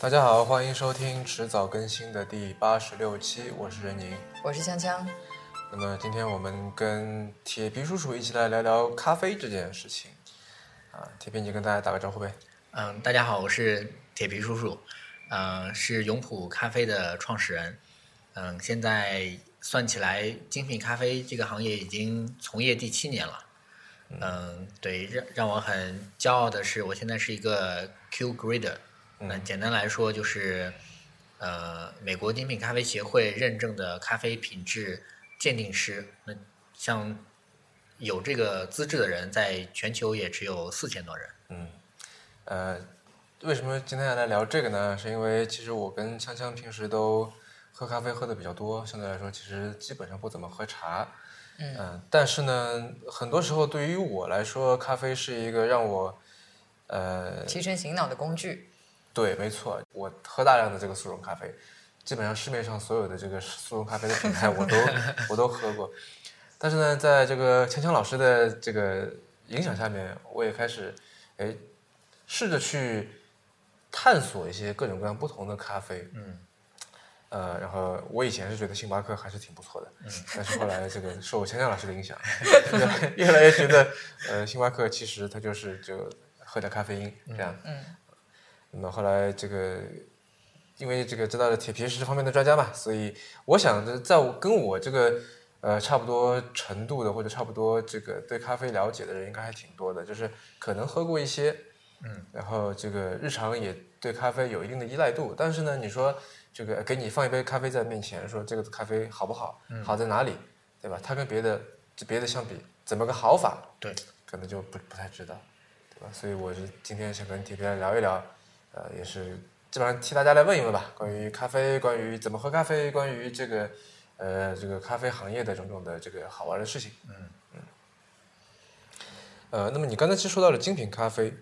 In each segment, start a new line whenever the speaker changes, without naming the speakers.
大家好，欢迎收听迟早更新的第八十六期，我是任宁。
我是锵锵，
那么今天我们跟铁皮叔叔一起来聊聊咖啡这件事情。啊，铁皮，你跟大家打个招呼呗。
嗯，大家好，我是铁皮叔叔，嗯，是永璞咖啡的创始人，嗯，现在算起来，精品咖啡这个行业已经从业第七年了，嗯，对，让让我很骄傲的是，我现在是一个 Q Grader，那简单来说就是，呃，美国精品咖啡协会认证的咖啡品质鉴定师，那像有这个资质的人，在全球也只有四千多人。
呃，为什么今天要来聊这个呢？是因为其实我跟锵锵平时都喝咖啡喝的比较多，相对来说其实基本上不怎么喝茶。嗯、但是呢，很多时候对于我来说，咖啡是一个让我呃
提神醒脑的工具。
对，没错，我喝大量的这个速溶咖啡，基本上市面上所有的这个速溶咖啡的品牌我都我都喝过。但是呢，在这个强强老师的这个影响下面，我也开始哎试着去探索一些各种各样不同的咖啡。嗯。呃，然后我以前是觉得星巴克还是挺不错的，但是后来这个受强强老师的影响，越来越来越觉得，呃，星巴克其实它就是就喝点咖啡因这样。那么后来这个，因为这个知道了铁皮是这方面的专家嘛，所以我想着在我跟我这个呃差不多程度的或者差不多这个对咖啡了解的人应该还挺多的，就是可能喝过一些，嗯，然后这个日常也对咖啡有一定的依赖度，但是呢，你说这个给你放一杯咖啡在面前，说这个咖啡好不好，好在哪里，对吧？它跟别的别的相比，怎么个好法？
对，
可能就不不太知道，对吧？所以我是今天想跟铁皮来聊一聊，呃，也是基本上替大家来问一问吧，关于咖啡，关于怎么喝咖啡，关于这个呃这个咖啡行业的种种的这个好玩的事情。嗯嗯。呃，那么你刚才其实说到了精品咖啡，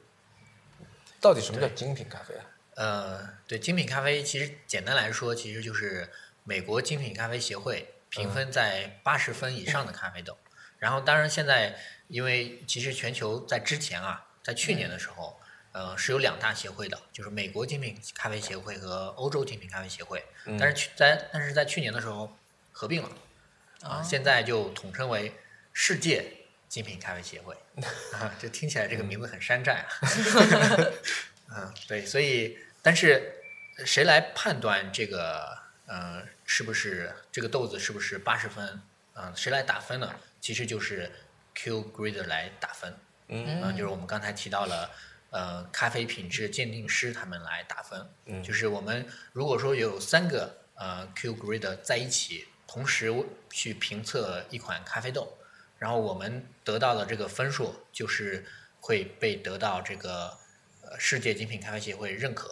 到底什么叫精品咖啡啊？
呃，对，精品咖啡其实简单来说，其实就是美国精品咖啡协会评分在八十分以上的咖啡豆。然后，当然现在因为其实全球在之前啊，在去年的时候，呃，是有两大协会的，就是美国精品咖啡协会和欧洲精品咖啡协会。但是去在但是在去年的时候合并了，啊、现在就统称为世界精品咖啡协会。 啊，这听起来这个名字很山寨啊。嗯，对，所以但是呃谁来判断这个呃是不是这个豆子是不是八十分？嗯、谁来打分呢？其实就是 Q Grader 来打分。嗯、就是我们刚才提到了。呃，咖啡品质鉴定师他们来打分，嗯、就是我们如果说有三个呃 Q Grader 在一起，同时去评测一款咖啡豆，然后我们得到的这个分数就是会被得到这个呃世界精品咖啡协会认可，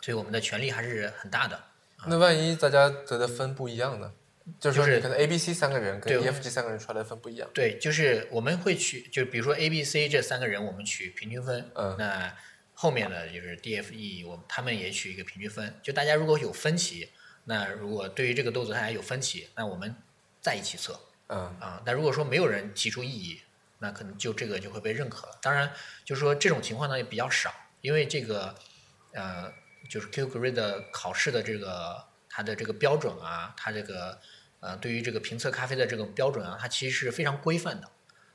所以我们的权利还是很大的。
那万一大家得的分不一样呢？就是说
啊就是
你可能 A、B、C 三个人跟
对
E、F、G 三个人出来的分不一样。
对，就是我们会取，就比如说 A、B、C 这三个人，我们取平均分。
嗯
那后面的就是 D、F、E，我他们也取一个平均分。就大家如果有分歧，那如果对于这个豆子大家有分歧，那我们在一起测
嗯
啊。那如果说没有人提出异议，那可能就这个就会被认可了。当然，就是说这种情况呢也比较少，因为这个呃，就是 Q Grade 的考试的这个它的这个标准啊，它这个呃对于这个评测咖啡的这个标准啊，它其实是非常规范的。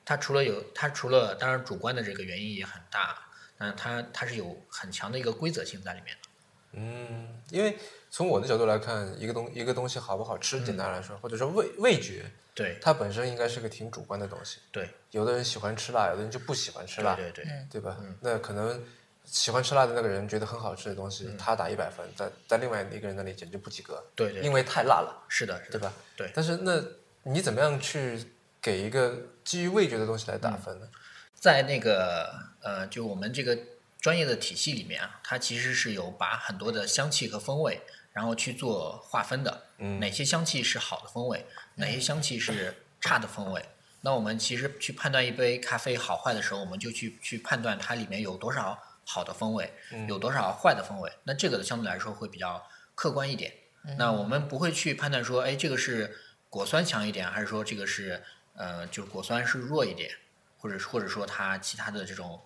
它除了有它除了当然主观的这个原因也很大，但它它是有很强的一个规则性在里面的。
嗯，因为从我的角度来看，一个东一个东西好不好吃，
嗯
简单来说，或者说味味觉，
对
它本身应该是个挺主观的东西。
对
有的人喜欢吃辣，有的人就不喜欢吃辣，
对嗯对对，
对吧？嗯那可能喜欢吃辣的那个人觉得很好吃的东西，
嗯
他打一百分，在在另外一个人那里简直不及格，
对对
因为太辣了，
是的，是
对
的，
吧？
对
但是那你怎么样去给一个基于味觉的东西来
嗯
打分呢？
在那个呃，就我们这个专业的体系里面啊，它其实是有把很多的香气和风味，然后去做划分的。嗯，哪些香气是好的风味，哪些香气是差的风味。那我们其实去判断一杯咖啡好坏的时候，我们就去去判断它里面有多少好的风味，有多少坏的风味。那这个相对来说会比较客观一点。那我们不会去判断说，哎，这个是果酸强一点，还是说这个是呃，就是果酸是弱一点。或者是或者说它其他的这种，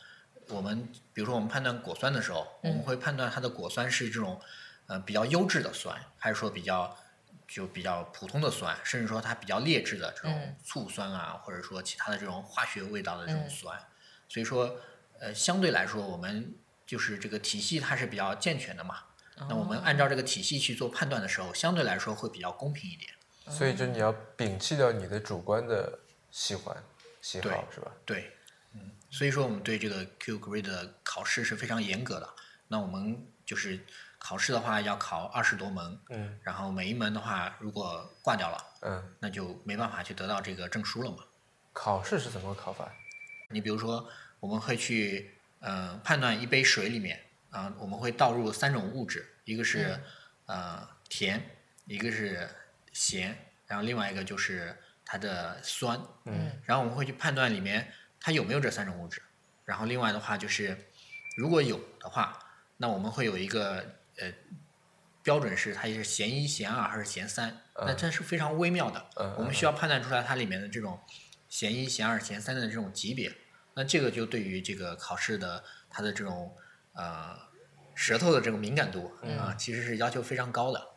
我们比如说我们判断果酸的时候，我们会判断它的果酸是这种呃比较优质的酸，还是说比较就比较普通的酸，甚至说它比较劣质的这种
嗯
醋酸啊，或者说其他的这种化学味道的这种
嗯
酸。所以说，呃，相对来说，我们就是这个体系它是比较健全的嘛。那我们按照这个体系去做判断的时候，相对来说会比较公平一点。
所以就你要摒弃掉你的主观的喜欢喜
对
好是吧？
对，嗯，所以说我们对这个 Q Grade 的考试是非常严格的。那我们就是考试的话要考二十多门，
嗯
然后每一门的话如果挂掉了，
嗯，
那就没办法去得到这个证书了嘛。
考试是怎么个考法？
你比如说，我们会去呃判断一杯水里面啊、我们会倒入三种物质，一个是、
嗯
呃甜，一个是咸，然后另外一个就是它的酸。
嗯，
然后我们会去判断里面它有没有这三种物质。然后另外的话就是，如果有的话，那我们会有一个呃标准是它是咸一、咸二还是咸三。那这是非常微妙的，
嗯嗯嗯
我们需要判断出来它里面的这种咸一、咸二、咸三的这种级别。那这个就对于这个考试的它的这种呃舌头的这种敏感度啊、其实是要求非常高的。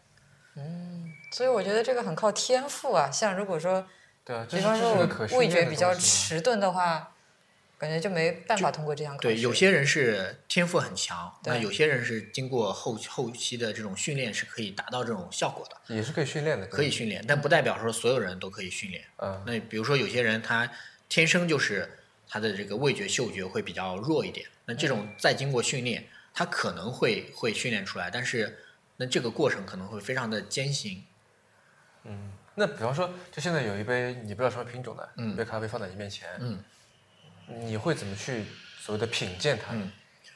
所以我觉得这个很靠天赋啊。像如果说，
对啊，这
比
是
方
这
说
是个
我
可实
味
验
觉
的
比较
东西
迟钝的话，感觉就没办法通过这项考试。
对，有些人是天赋很强，那
对
有些人是经过后后期的这种训练是可以达到这种效果的，
吗也是可以训练的，
可以训练，但不代表说所有人都可以训练。
嗯
那比如说有些人他天生就是他的这个味觉、嗅觉会比较弱一点，那这种再经过训练，他可能会会训练出来，但是那这个过程可能会非常的艰辛。
嗯。那比方说，就现在有一杯你不知道什么品种的
嗯
一杯咖啡放在你面前，
嗯，
你会怎么去所谓的品鉴它？
嗯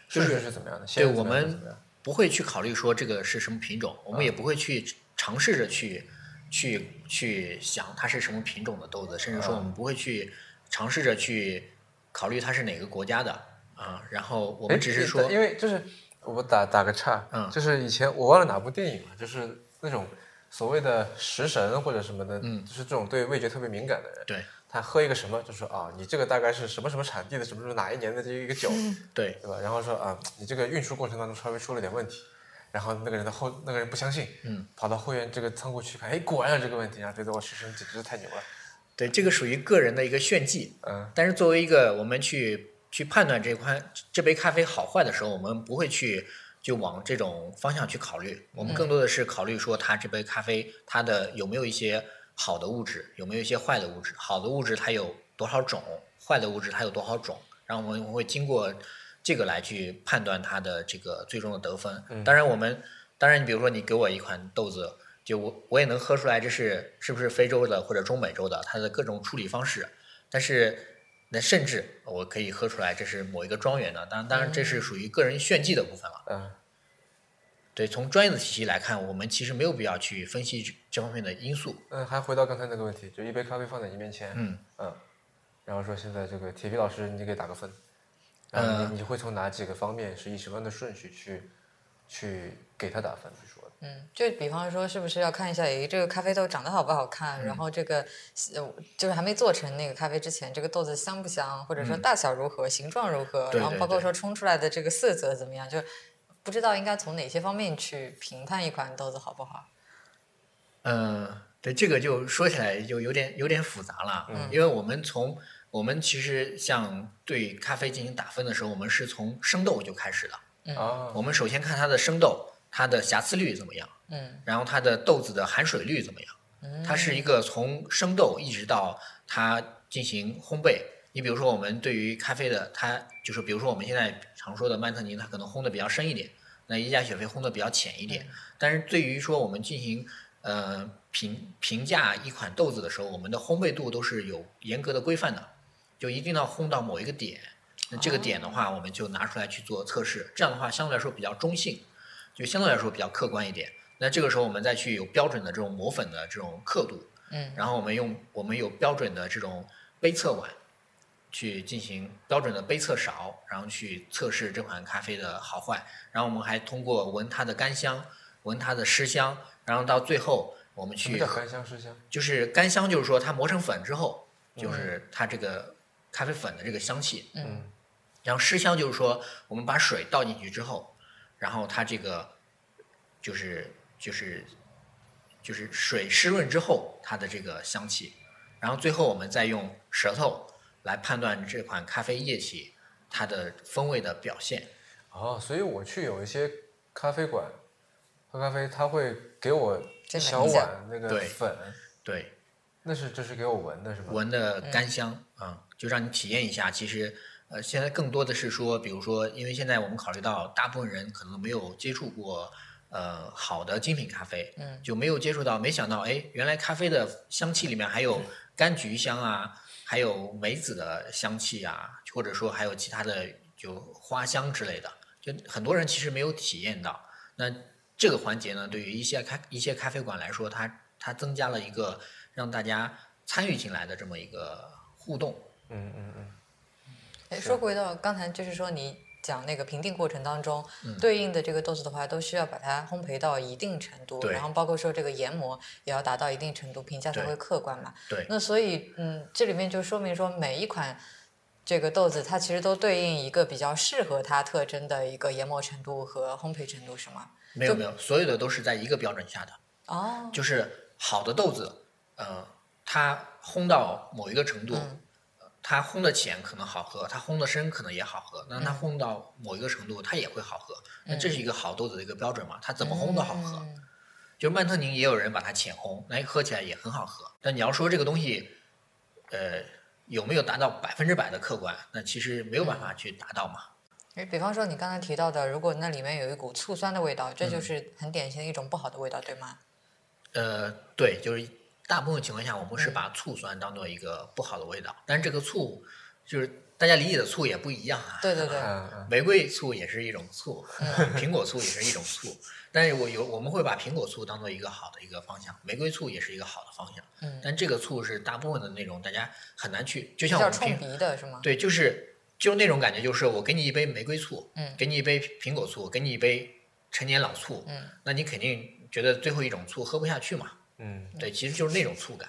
顺
就是
序是怎么样的？先
我
怎么样
们
怎么样
不会去考虑说这个是什么品种，我
嗯
们也不会去尝试着去去去想它是什么品种的豆子，甚至说
嗯
我们不会去尝试着去考虑它是哪个国家的啊。然后我们
哎
只是
对
说，
因为就是我打打个岔，
嗯
就是以前我忘了哪部电影了，就是那种所谓的食神或者什么的，
嗯
就是这种对味觉特别敏感的人，
对
他喝一个什么，就说啊，你这个大概是什么什么产地的，什么什么哪一年的这一个酒，
对
对吧？然后说啊，你这个运输过程当中稍微出了点问题。然后那个人的后那个人不相信，
嗯，
跑到后院这个仓库去看，哎，果然有这个问题，然后觉得我食神简直是太牛了，
对，这个属于个人的一个炫技，
嗯
但是作为一个我们去去判断这款这杯咖啡好坏的时候，我们不会去就往这种方向去考虑，我们更多的是考虑说它这杯咖啡它的有没有一些好的物质，有没有一些坏的物质，好的物质它有多少种，坏的物质它有多少种，然后我们会经过这个来去判断它的这个最终的得分。当然我们当然你比如说你给我一款豆子。就我我也能喝出来，这是是不是非洲的或者中美洲的，它的各种处理方式。但是那甚至我可以喝出来这是某一个庄园的，当然当然这是属于个人炫技的部分了。
嗯，
对，从专业的体系来看，我们其实没有必要去分析这这方面的因素。
嗯，还回到刚才那个问题，就一杯咖啡放在你面前，
嗯
嗯，然后说现在这个铁皮老师，你给打个分，然后
呃
你、你会从哪几个方面是以什么样的顺序去去给他打分去说的？
嗯，就比方说，是不是要看一下，诶，这个咖啡豆长得好不好看？
嗯
然后这个，呃，就是还没做成那个咖啡之前，这个豆子香不香，或者说大小如何，形状如何，
嗯对
然后
对
包括
对
说冲出来的这个色泽怎么样，就不知道应该从哪些方面去评判一款豆子好不好。
嗯，对，这个就说起来就有点有点复杂了，因为我们从我们其实像对咖啡进行打分的时候，我们是从生豆就开始的。
啊，
我们首先看它的生豆，它的瑕疵率怎么样，
嗯，
然后它的豆子的含水率怎么样？它是一个从生豆一直到它进行烘焙。你比如说，我们对于咖啡的，它就是比如说我们现在常说的曼特宁，它可能烘的比较深一点，那一加雪菲烘的比较浅一点。但是对于说我们进行呃评评价一款豆子的时候，我们的烘焙度都是有严格的规范的，就一定要烘到某一个点。那这个点的话，我们就拿出来去做测试，这样的话相对来说比较中性。就相对来说比较客观一点。那这个时候我们再去有标准的这种磨粉的这种刻度，
嗯，
然后我们用我们有标准的这种杯测碗去进行标准的杯测勺，然后去测试这款咖啡的好坏。然后我们还通过闻它的干香，闻它的湿香，然后到最后我们
什么
去
叫干香湿香？
就是干香，就是说它磨成粉之后，就是它这个咖啡粉的这个香气。
嗯，
然后湿香就是说，我们把水倒进去之后，然后它这个就是就是就是水湿润之后它的这个香气，然后最后我们再用舌头来判断这款咖啡液体它的风味的表现。
哦，所以我去有一些咖啡馆喝咖啡，他会给我
这
小
闻一下
碗那个
对
粉，
对，
那是这是给我闻的是吗？
闻的干香啊、就让你体验一下。其实，呃，现在更多的是说，比如说，因为现在我们考虑到大部分人可能没有接触过呃好的精品咖啡，
嗯，
就没有接触到，没想到，哎，原来咖啡的香气里面还有柑橘香啊，还有梅子的香气啊，或者说还有其他的就花香之类的，就很多人其实没有体验到。那这个环节呢，对于一些咖一些咖啡馆来说，它它增加了一个让大家参与进来的这么一个互动。
嗯嗯嗯，
哎，说回到刚才，就是说你讲那个评定过程当中，对应的这个豆子的话，都需要把它烘焙到一定程度，
对
然后包括说这个研磨也要达到一定程度，评价才
对
会客观嘛。
对
那所以，嗯，这里面就说明说每一款。这个豆子它其实都对应一个比较适合它特征的一个研磨程度和烘焙程度，是吗？
没有没有，所有的都是在一个标准下的。
哦，
就是好的豆子，呃，它烘到某一个程度，
嗯
呃它烘的浅可能好喝，它烘的深可能也好喝，那它
嗯
烘到某一个程度，它也会好喝。那这是一个好豆子的一个标准嘛？它怎么烘都好啊喝。
嗯
就曼特宁也有人把它浅烘，那喝起来也很好喝。但你要说这个东西，呃，有没有达到百分之百的客观？那其实没有办
嗯
法去达到嘛。
哎，比方说你刚才提到的，如果那里面有一股醋酸的味道，这就是很典型的一种不好的味道，对吗？
呃，对，就是大部分情况下，我们是把醋酸当做一个不好的味道，但是这个醋就是大家理解的醋也不一样啊。
对嗯对对，
嗯嗯
玫瑰醋也是一种醋，苹果醋也是一种醋，但是我有我们会把苹果醋当做一个好的一个方向，玫瑰醋也是一个好的方向。
嗯
但这个醋是大部分的那种大家很难去，就
比
像
较
我们
冲
平
鼻的是吗？
对，就是就是那种感觉，就是我给你一杯玫瑰醋，
嗯
给你一杯苹果醋，给你一杯陈年老醋，
嗯，
那你肯定觉得最后一种醋喝不下去嘛，
嗯，
对，其实就是那种触感。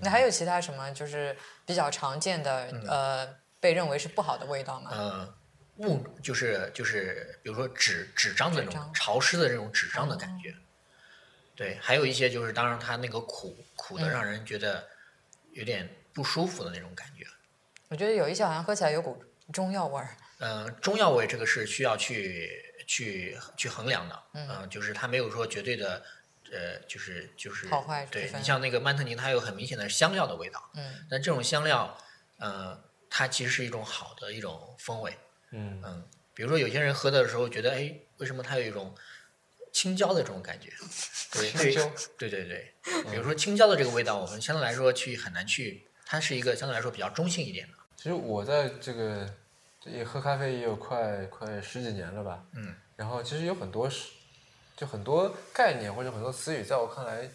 那还有其他什么就是比较常见的、
嗯
呃被认为是不好的味道吗？
呃，物就是就是，比如说纸纸张的那
纸
种
张哦
潮湿的这种纸张的感觉。对，还有一些就是，当然它那个苦苦的，
嗯
让人觉得有点不舒服的那种感觉。
我觉得有一些好像喝起来有股中药味儿。
呃，中药味这个是需要去去去衡量的，嗯、就是它没有说绝对的，呃，就是就是
好坏之
对
分
你像那个曼特宁，它有很明显的香料的味道，
嗯，
但这种香料，呃，它其实是一种好的一种风味，
嗯
嗯，比如说有些人喝的时候觉得，哎，为什么它有一种青椒的这种感觉？对，对
椒，
对对对。比如说青椒的这个味道，我们相对来说去很难去，它是一个相对来说比较中性一点的。
其实我在这个这也喝咖啡也有快快十几年了吧，
嗯，
然后其实有很多是，就很多概念或者很多词语，在我看来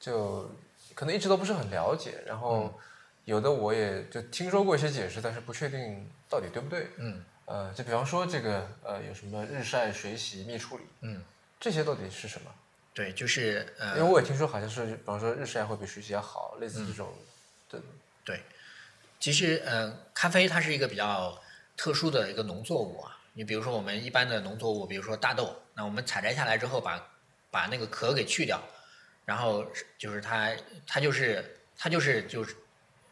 就可能一直都不是很了解，然
嗯
后有的我也就听说过一些解释，但是不确定到底对不对。
嗯
呃，就比方说这个呃，有什么日晒、水洗、蜜处理，
嗯，
这些到底是什么？
对，就是
因
呃
为，我也听说好像是，比方说日晒会比水洗要好，类似这种。对，
对，其实呃，咖啡它是一个比较特殊的一个农作物啊。你比如说我们一般的农作物，比如说大豆，那我们采摘下来之后把，把那个壳给去掉，然后是就是它它就是它就是就是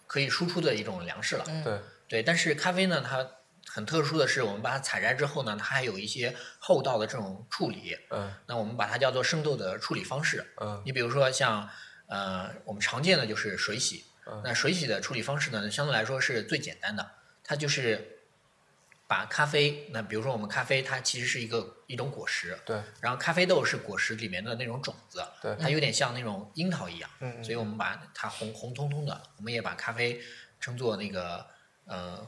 可以输出的一种粮食了。
嗯
对，
对，但是咖啡呢，它很特殊的是，我们把它采摘之后呢，它还有一些后道的这种处理。
嗯
那我们把它叫做生豆的处理方式。
嗯
你比如说像呃，我们常见的就是水洗
嗯。
那水洗的处理方式呢，相对来说是最简单的，它就是把咖啡，那比如说我们咖啡，它其实是一个一种果实，
对，
然后咖啡豆是果实里面的那种种子，
对
它有点像那种樱桃一样，
嗯嗯
所以我们把它红红彤彤的，我们也把咖啡称作那个呃，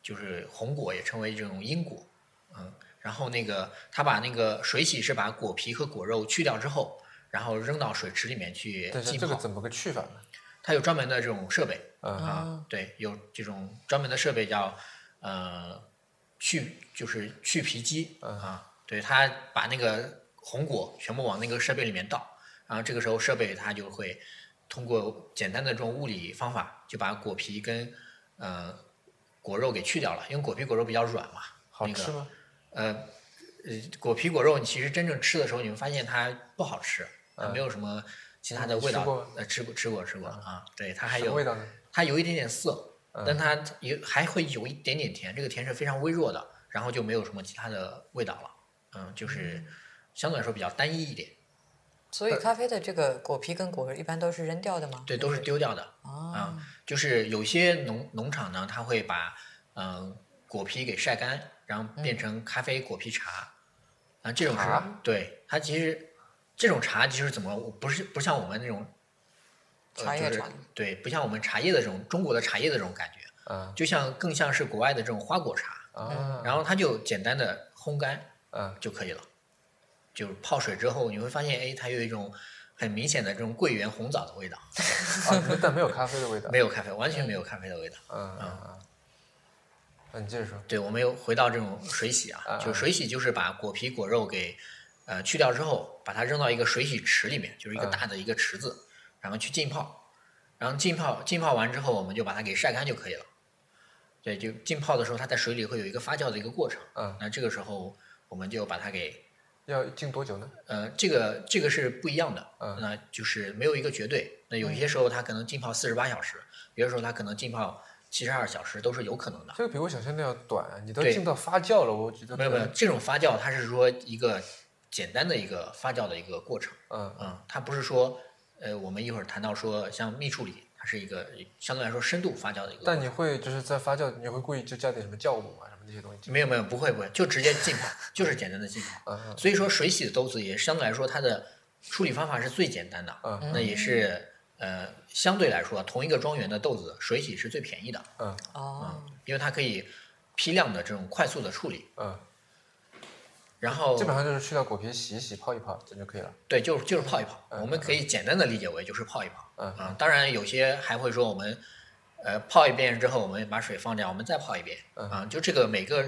就是红果也称为这种樱果，嗯，然后那个它把那个水洗是把果皮和果肉去掉之后，然后扔到水池里面去
但是
浸
这个
泡，
怎么个去法呢？
它有专门的这种设备，
嗯
啊，对，有这种专门的设备叫呃去就是去皮机
嗯
啊，对，它把那个红果全部往那个设备里面倒，然后这个时候设备它就会通过简单的这种物理方法就把果皮跟呃果肉给去掉了，因为果皮果肉比较软嘛。
好
那个
吃吗？
呃，呃，果皮果肉你其实真正吃的时候，你会发现它不好吃，它没有什么其他的
你
味
嗯吃
道。
过吗
呃，吃过吃过吃过啊，对，它还
什么味
有
道呢？
它有一点点涩，
嗯
但它有还会有一点点甜，这个甜是非常微弱的，然后就没有什么其他的味道了。嗯，就是相对来说比较单一一点，
所以咖啡的这个果皮跟果核一般都是扔掉的吗？
对，都是丢掉的。
啊
啊，就是有些农农场呢，它会把嗯、呃果皮给晒干，然后变成咖啡果皮茶。啊，这种是
茶
对它其实这种茶其实怎么不是不像我们那种、呃、
茶叶
就是
茶
对，不像我们茶叶的这种中国的茶叶的这种感觉，
嗯
就像更像是国外的这种花果茶。
啊
然后它就简单的烘干
嗯
就可以了，就是泡水之后你会发现，哎，它有一种很明显的这种桂圆红枣的味道，
啊，但没有咖啡的味道。
没有咖啡，完全没有咖啡的味道。
嗯嗯嗯。那你接着说。
对，我们又回到这种水洗啊，
嗯
就水洗就是把果皮果肉给呃去掉之后，把它扔到一个水洗池里面，就是一个
嗯
大的一个池子，然后去浸泡，然后浸泡浸泡完之后，我们就把它给晒干就可以了。对，就浸泡的时候，它在水里会有一个发酵的一个过程。
嗯，
那这个时候我们就把它给
要浸多久呢？
呃，这个这个是不一样的，
嗯
那就是没有一个绝对。那有一些时候它可能浸泡四十八小时，有的时候它可能浸泡七十二小时，都是有可能的。
这个比我想象的要短，啊你都
对
浸到发酵了，我觉得
没有
可
没有，
能。
这种发酵它是说一个简单的一个发酵的一个过程，
嗯
嗯，它不是说呃，我们一会儿谈到说像蜜处理，它是一个相对来说深度发酵的一个过
但
程。
你会就是在发酵，你会故意就加点什么酵母啊，什么那些东西进去？
没有没有，不会不会，就直接浸泡，就是简单的浸泡。
嗯嗯
所以说水洗的豆子也相对来说它的处理方法是最简单的，
嗯
那也是呃相对来说同一个庄园的豆子水洗是最便宜的，啊
嗯
哦，
因为它可以批量的这种快速的处理，
嗯，
然后
基本上就是去掉果皮洗一洗，泡一泡，这样就可以了。
对，就是就是泡一泡，
嗯
我们可以简单的理解为就是泡一泡。
嗯
啊，当然有些还会说我们，呃，泡一遍之后，我们把水放掉，我们再泡一遍。
嗯
啊，就这个每个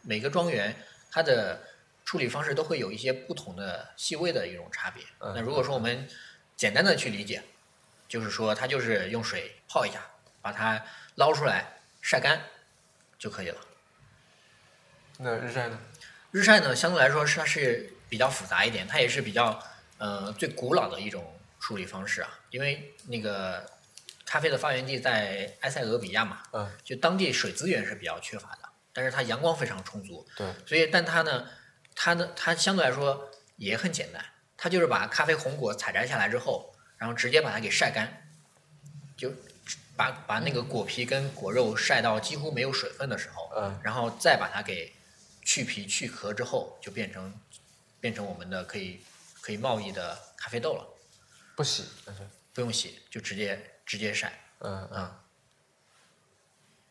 每个庄园它的处理方式都会有一些不同的细微的一种差别。
嗯
那如果说我们简单的去理解，就是说它就是用水泡一下，把它捞出来晒干就可以了。
那日晒呢？
日晒呢，相对来说是它是比较复杂一点，它也是比较呃最古老的一种处理方式啊，因为那个咖啡的发源地在埃塞俄比亚嘛，
嗯，
就当地水资源是比较缺乏的，但是它阳光非常充足，
对，
所以但它呢，它呢，它相对来说也很简单，它就是把咖啡红果采摘下来之后，然后直接把它给晒干，就把把那个果皮跟果肉晒到几乎没有水分的时候，
嗯
然后再把它给去皮去壳之后，就变成变成我们的可以可以贸易的咖啡豆了，
不洗，但是
不用洗，就直接直接晒。
嗯嗯。
啊、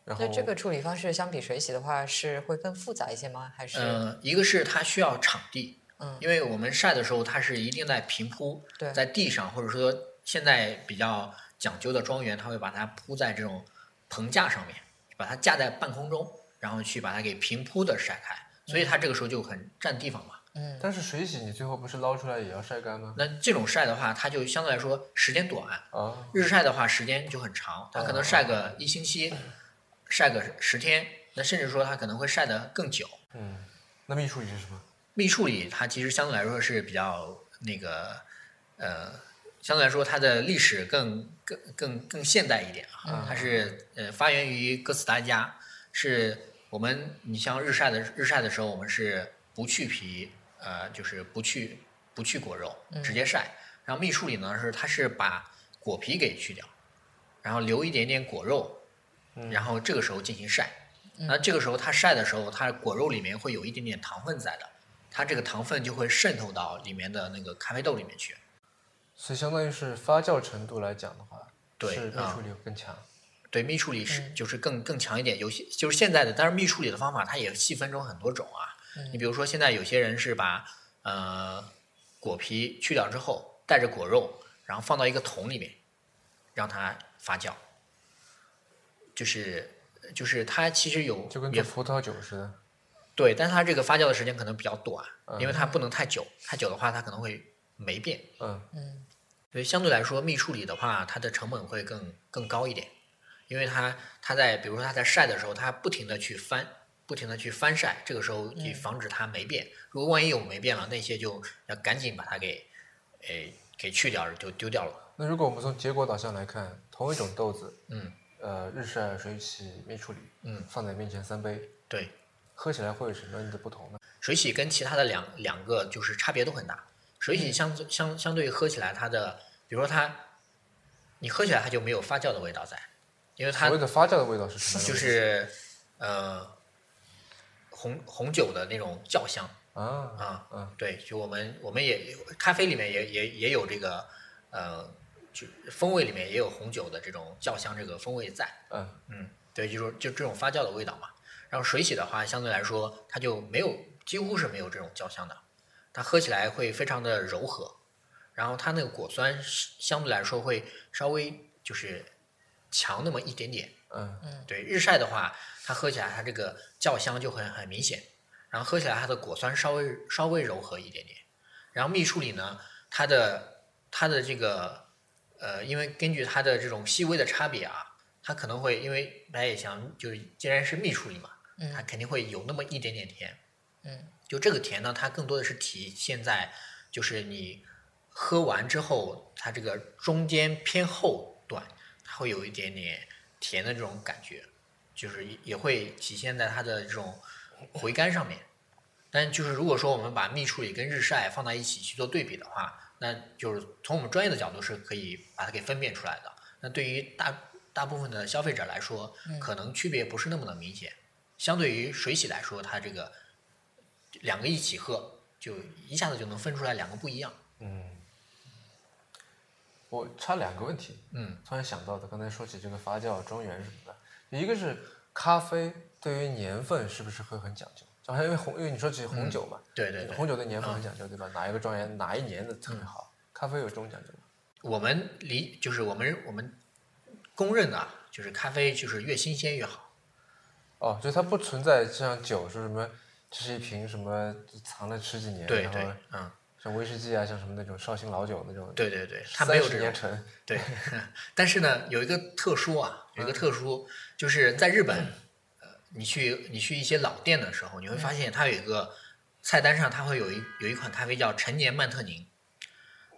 然后
那这个处理方式相比水洗的话，是会更复杂一些吗？还是
呃，一个是它需要场地，
嗯
因为我们晒的时候它是一定在平铺，
对
在地上，或者说现在比较讲究的庄园，它会把它铺在这种棚架上面，把它架在半空中，然后去把它给平铺的晒开，所以它这个时候就很占地方嘛。
嗯
但是水洗你最后不是捞出来也要晒干吗？
那这种晒的话，它就相对来说时间短，
啊，
日晒的话时间就很长，它可能晒个一星期，晒个十天，那甚至说它可能会晒得更久。
嗯，那秘处理是什么？
密处理它其实相对来说是比较那个，呃，相对来说它的历史更更更更现代一点啊，它是呃发源于哥斯达黎加，是我们你像日晒的日晒的时候，我们是不去皮，呃，就是不去不去果肉，直接晒。然后密处理呢是它是把果皮给去掉，然后留一点点果肉，然后这个时候进行晒。那这个时候它晒的时候，它果肉里面会有一点点糖分在的，它这个糖分就会渗透到里面的那个咖啡豆里面去。
所以相当于是发酵程度来讲的话，
对
是秘
啊
处理更强。
对，蜜处理
嗯
是就是更更强一点，有些就是现在的，当然蜜处理的方法它也细分成很多种啊。
嗯
你比如说现在有些人是把呃果皮去掉之后，带着果肉，然后放到一个桶里面，让它发酵，就是就是它其实有
就跟
也
做葡萄酒似的。
对，但是它这个发酵的时间可能比较短，因为它不能太久，太久的话它可能会霉变。
嗯
嗯
所以相对来说，蜜处理的话，它的成本会更更高一点，因为它它在比如说它在晒的时候，它不停的去翻，不停的去翻晒，这个时候
嗯
以防止它霉变。如果万一有霉变了，那些就要赶紧把它给诶、给去掉，就丢掉了。
那如果我们从结果导向来看，同一种豆子，
嗯，
呃，日晒、水洗、蜜处理，
嗯
放在面前三杯，
对，
喝起来会有什么样的不同呢？
水洗跟其他的两两个就是差别都很大。水
嗯
洗相相相对喝起来，它的比如说它，你喝起来它就没有发酵的味道在，因为它
所谓的发酵的味道是什么样的？
就是呃红红酒的那种酵香
啊，
啊，
嗯，
对，就我们我们也咖啡里面也也也有这个呃，就风味里面也有红酒的这种酵香这个风味在，
嗯，
嗯，对，就是就这种发酵的味道嘛。然后水洗的话，相对来说它就没有，几乎是没有这种焦香的，它喝起来会非常的柔和，然后它那个果酸是相对来说会稍微就是强那么一点点。
嗯，
对，日晒的话，它喝起来它这个酵香就很很明显，然后喝起来它的果酸稍微稍微柔和一点点。然后蜜处理呢，它的它的这个呃，因为根据它的这种细微的差别啊，它可能会因为白野祥就是既然是蜜处理嘛，它
嗯
肯定会有那么一点点甜。
嗯，
就这个甜呢，它更多的是体现在就是你喝完之后，它这个中间偏后段，它会有一点点甜的这种感觉，就是也也会体现在它的这种回甘上面。但就是如果说我们把蜜处理跟日晒放在一起去做对比的话，那就是从我们专业的角度是可以把它给分辨出来的。那对于大大部分的消费者来说，可能区别不是那么的明显。相对于水洗来说，它这个两个一起喝，就一下子就能分出来两个不一样。
我插两个问题，
嗯，
突然想到的，刚才说起这个发酵、庄园什么的，一个是咖啡对于年份是不是会很讲究？就好像因为红，因为你说起
嗯
红酒嘛，
对对嗯对，
红酒对年份很讲究，对吧？哪一个庄园哪一年的特别好？
嗯
咖啡有这种讲究吗？
我们理就是我们我们公认的啊，就是咖啡就是越新鲜越好。
哦，就它不存在像酒是什么，这是一瓶什么藏了十几年，
对
然
对
后，
嗯，
像威士忌啊，像什么那种绍兴老酒那种，，
对对对，它没有这种
年陈，
对，但是呢，有一个特殊啊，有一个
嗯
特殊，就是在日本，呃，你去你去一些老店的时候，你会发
嗯
现它有一个菜单上，它会有一有一款咖啡叫陈年曼特宁，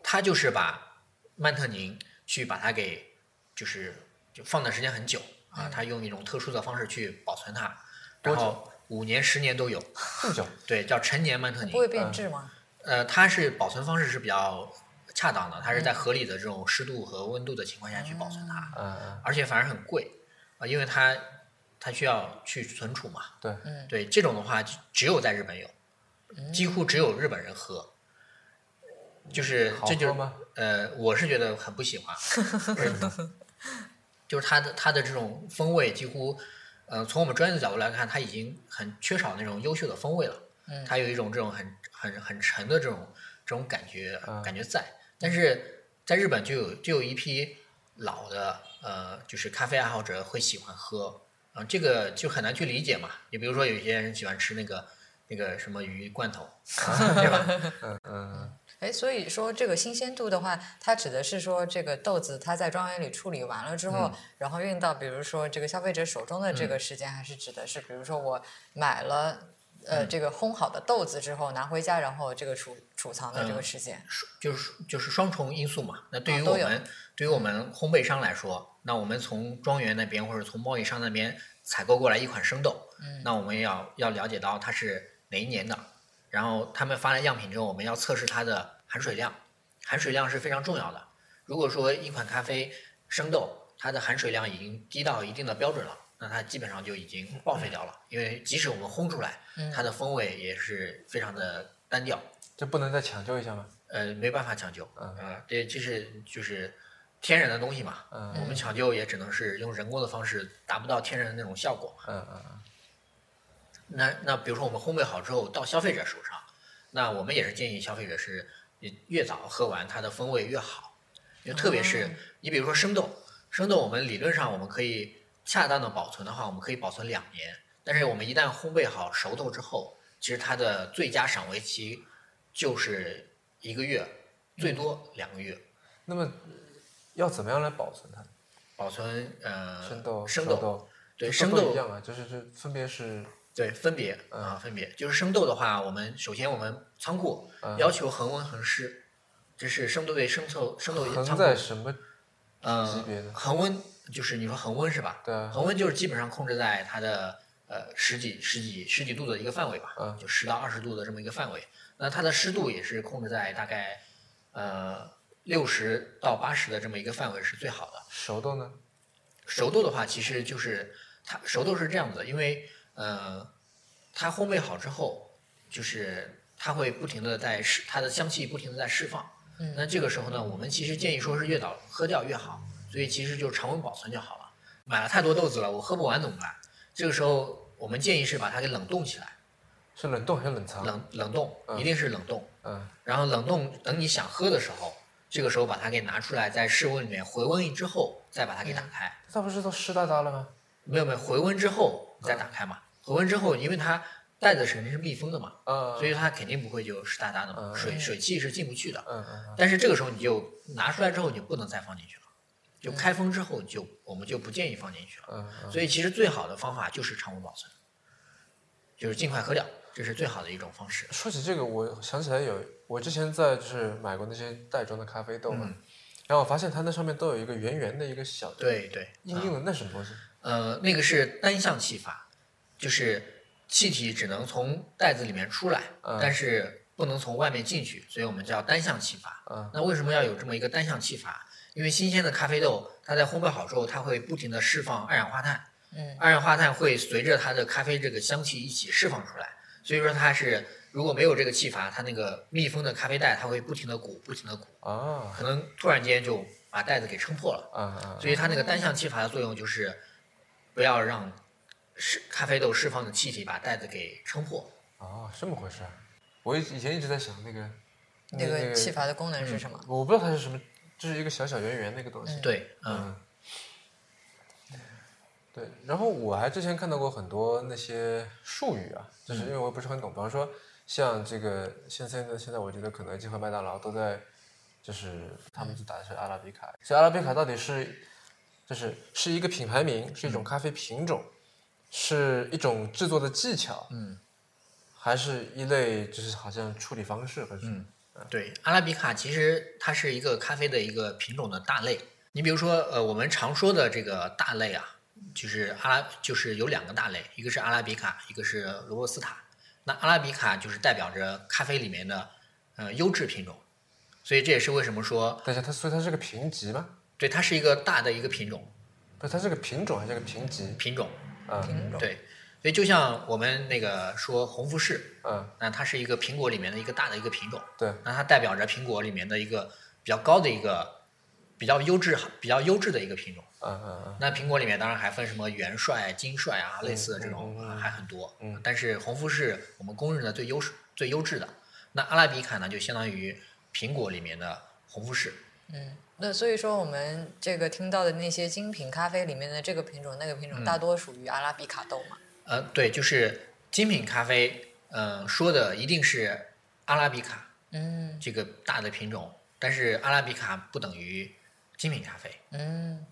它就是把曼特宁去把它给就是就放的时间很久啊，它用一种特殊的方式去保存它，
嗯多
然
久
后五年十年都有，
这么久，
对，叫陈年曼特宁
不。会变质吗？
呃，它是保存方式是比较恰当的，它是在
嗯
合理的这种湿度和温度的情况下去保存它。
哦
嗯嗯，
而且反而很贵啊、因为它它需要去存储嘛。
对，
嗯
对，这种的话就只有在日本有，几乎只有日本人喝。就是
好
这就
喝
是
吗？
呃，我是觉得很不喜欢，就是它的它的这种风味几乎，呃，从我们专业的角度来看，它已经很缺少那种优秀的风味了。
嗯
它有一种这种很很很沉的这种这种感觉
嗯
感觉在，但是在日本就有就有一批老的呃，就是咖啡爱好者会喜欢喝，啊、这个就很难去理解嘛。你比如说有些人喜欢吃那个那个什么鱼罐头，对吧？
嗯嗯，
哎，所以说这个新鲜度的话，它指的是说这个豆子它在庄园里处理完了之后，然后运到比如说这个消费者手中的这个时间，还是指的是比如说我买了呃、这个烘好的豆子之后拿回家，然后这个储储藏的这个时间，
就是就是双重因素嘛。那对于
啊都
我
有
们、对于我们烘焙商来说，那我们从庄园那边或者从贸易商那边采购过来一款生豆，
嗯
那我们要要了解到它是哪一年的，然后他们发来样品之后，我们要测试它的含水量，含水量是非常重要的。如果说一款咖啡生豆它的含水量已经低到一定的标准了，那它基本上就已经报废掉了，因为即使我们烘出来，
嗯
它的风味也是非常的单调。
这不能再抢救一下吗？
呃，没办法抢救，
嗯
啊，这这是就是天然的东西嘛，
嗯
我们抢救也只能是用人工的方式达不到天然的那种效果嘛。
嗯嗯嗯，
那那比如说我们烘焙好之后到消费者手上，那我们也是建议消费者是你越早喝完它的风味越好，因为特别
哦
是你比如说生豆，生豆我们理论上我们可以恰当的保存的话，我们可以保存两年，但是我们一旦烘焙好熟豆之后，其实它的最佳赏味期就是
嗯
一个月，最多两个月。
那么要怎么样来保存它？
保存呃
生豆、
生
豆、
豆，对
就
生
都
豆
一样嗯啊，就是这分别是
对分别啊分别就是生豆的话，我们首先我们仓库
嗯
要求恒温恒湿，这是生豆对生豆生豆仓
横
库
在什么
呃
级别呢
恒温就是你说恒温是吧？
对啊
恒温就是基本上控制在它的呃十几十几十几度的一个范围吧，
嗯
就十到二十度的这么一个范围。那它的湿度也是控制在大概呃六十到八十的这么一个范围是最好的。
熟豆呢？
熟豆的话，其实就是它熟豆是这样子的，因为呃，它烘焙好之后，就是它会不停的在释它的香气不停的在释放。
嗯
那这个时候呢，我们其实建议说是越早喝掉越好，所以其实就常温保存就好了。买了太多豆子了，我喝不完怎么办？这个时候我们建议是把它给冷冻起来，
是冷冻还是冷藏？
冷冷冻，
嗯
一定是冷冻。
嗯，
然后冷冻，等你想喝的时候，这个时候把它给拿出来，在室温里面回温之后，再把它给打开。
那不是都湿哒哒了吗？
没有没有，回温之后再打开嘛。回温之后，因为它袋子肯定是密封的嘛，
嗯，
所以它肯定不会就湿哒哒的嘛，
嗯
水水汽是进不去的。
嗯嗯嗯，
但是这个时候你就拿出来之后，你就不能再放进去了，就开封之后你就我们就不建议放进去了。
嗯嗯
所以其实最好的方法就是常温保存，就是尽快喝掉，这是最好的一种方式。
说起这个，我想起来有，我之前在就是买过那些袋装的咖啡豆嘛，
嗯
然后我发现它那上面都有一个圆圆的一个小的
对对，
硬硬的，那什么东西？
呃，那个是单向气阀，就是气体只能从袋子里面出来，
嗯
但是不能从外面进去，所以我们叫单向气阀。
嗯
那为什么要有这么一个单向气阀？因为新鲜的咖啡豆，它在烘焙好之后，它会不停地释放二氧化碳，
嗯
二氧化碳会随着它的咖啡这个香气一起释放出来。所以说它是如果没有这个气阀，它那个密封的咖啡袋它会不停地鼓，不停地鼓，
啊
可能突然间就把袋子给撑破了。
啊啊！
所以它那个单向气阀的作用就是不要让释咖啡豆释放的气体把袋子给撑破。
哦，这么回事儿。我以以前一直在想那个
那
个
个气阀的功能是什么？
我不知道它是什么，就是一个小小圆圆那个东西。
对，嗯，
嗯，对。然后我还之前看到过很多那些术语啊，就是因为我不是很懂，比方说像这个现在的现在，我觉得肯德基和麦当劳都在，就是他们就打的是阿拉比卡，所以阿拉比卡到底是就是是一个品牌名，是一种咖啡品种，是一种制作的技巧，
嗯，
还是一类就是好像处理方式，还是
嗯对，阿拉比卡其实它是一个咖啡的一个品种的大类。你比如说，呃，我们常说的这个大类啊，就是阿拉，就是有两个大类，一个是阿拉比卡，一个是罗布斯塔。那阿拉比卡就是代表着咖啡里面的呃优质品种，所以这也是为什么说
等一下它所以它是个评级吗？
对它是一个大的一个品种
不是，它是个品种还是个评级？
品种。
嗯
品种
对，所以就像我们那个说红富士，
嗯，
那它是一个苹果里面的一个大的一个品种，
对。
那它代表着苹果里面的一个比较高的一个比较优质、比较优质的一个品种。
嗯嗯嗯，
那苹果里面当然还分什么元帅、金帅啊，类似的这种、
嗯嗯嗯
啊还很多。
嗯
但是红富士我们公认的最优最优质的，那阿拉比卡呢就相当于苹果里面的红富士。
嗯，那所以说我们这个听到的那些精品咖啡里面的这个品种、那个品种，大多属于阿拉比卡豆嘛。
呃，对，就是精品咖啡，嗯、说的一定是阿拉比卡，
嗯
这个大的品种，但是阿拉比卡不等于精品咖啡。
嗯，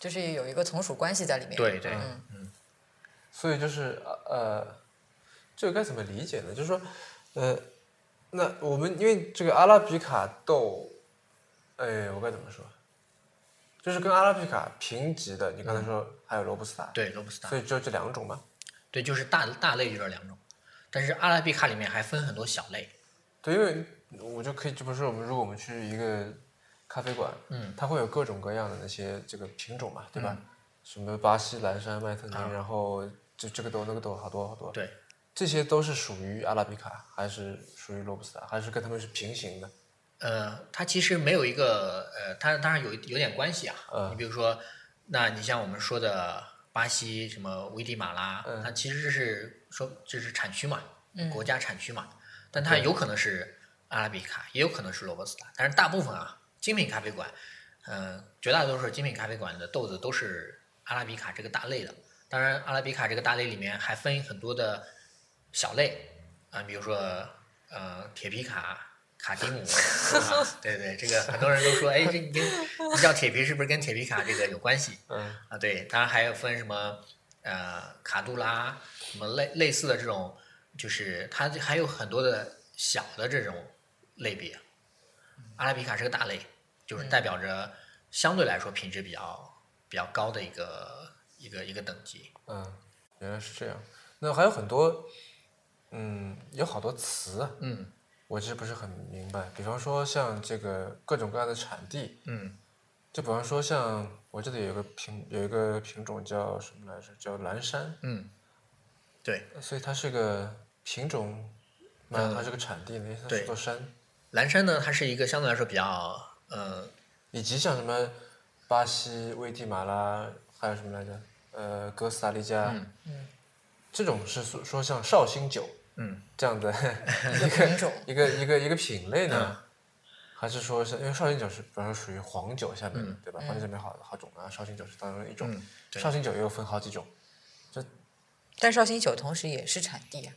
就是有一个从属关系在里面。
对对
嗯
所以就是呃，这个该怎么理解呢？就是说，呃，那我们因为这个阿拉比卡豆，哎，我该怎么说？就是跟阿拉比卡平级的，你刚才说还有罗布斯塔，
嗯对，罗布斯塔
所，以只有这两种吗？
对，就是大大类就这两种，但是阿拉比卡里面还分很多小类。
对，因为我就可以，就不是我们如果我们去一个咖啡馆，
嗯，
它会有各种各样的那些这个品种嘛，对吧？什么巴西蓝山麦特宁，
啊
然后就这个豆那个豆好多好多，
对，
这些都是属于阿拉比卡，还是属于罗布斯塔，还是跟他们是平行的？
呃，它其实没有一个呃，它当然有有点关系啊。
嗯
你比如说，那你像我们说的巴西什么危地马拉，
嗯
它其实是说这是产区嘛，
嗯
国家产区嘛，但它有可能是阿拉比卡，也有可能是罗伯斯塔，但是大部分啊，精品咖啡馆，嗯、绝大多数精品咖啡馆的豆子都是阿拉比卡这个大类的。当然，阿拉比卡这个大类里面还分很多的小类啊、比如说呃铁皮卡、卡蒂姆，啊对对，这个很多人都说，哎，这跟这叫铁皮是不是跟铁皮卡这个有关系？
嗯
啊，对，当然还有分什么呃卡杜拉什么类类似的这种，就是它还有很多的小的这种类别。阿拉比卡是个大类，就是代表着相对来说品质比较比较高的一个一个一个等级。
嗯，原来是这样。那还有很多，嗯，有好多词啊，
嗯
我其实不是很明白。比方说像这个各种各样的产地，
嗯
就比方说像我这里有个品有一个品种叫什么来着？叫蓝山，
嗯，对，
所以它是个品种吗？
嗯
它是个产地呢，因为它
对
是座山。
蓝山呢，它是一个相对来说比较呃
以及像什么巴西、危地马拉，还有什么来着？呃，哥斯达黎加，
嗯
嗯
这种是说说像绍兴酒
嗯
这样的 一
品
个
种
一个一个一个品类
嗯
呢，还是说是因为绍兴酒是，比方说属于黄酒下面的，
嗯
对吧？黄酒下面好好种啊，绍兴酒是当中一种，
嗯对
绍兴酒也有分好几种，
但绍兴酒同时也是产地啊，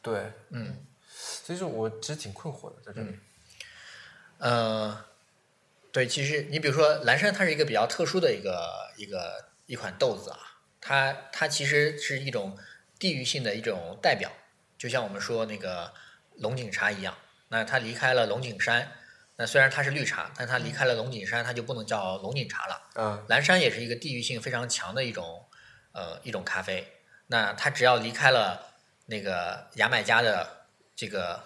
对，
嗯。
所以说我其实挺困惑的在这里，
呃，对，其实你比如说蓝山，它是一个比较特殊的一个一个一款豆子啊，它它其实是一种地域性的一种代表，就像我们说那个龙井茶一样，那它离开了龙井山，那虽然它是绿茶，但它离开了龙井山，它就不能叫龙井茶了。
嗯
蓝山也是一个地域性非常强的一种呃一种咖啡。那它只要离开了那个牙买加的这个，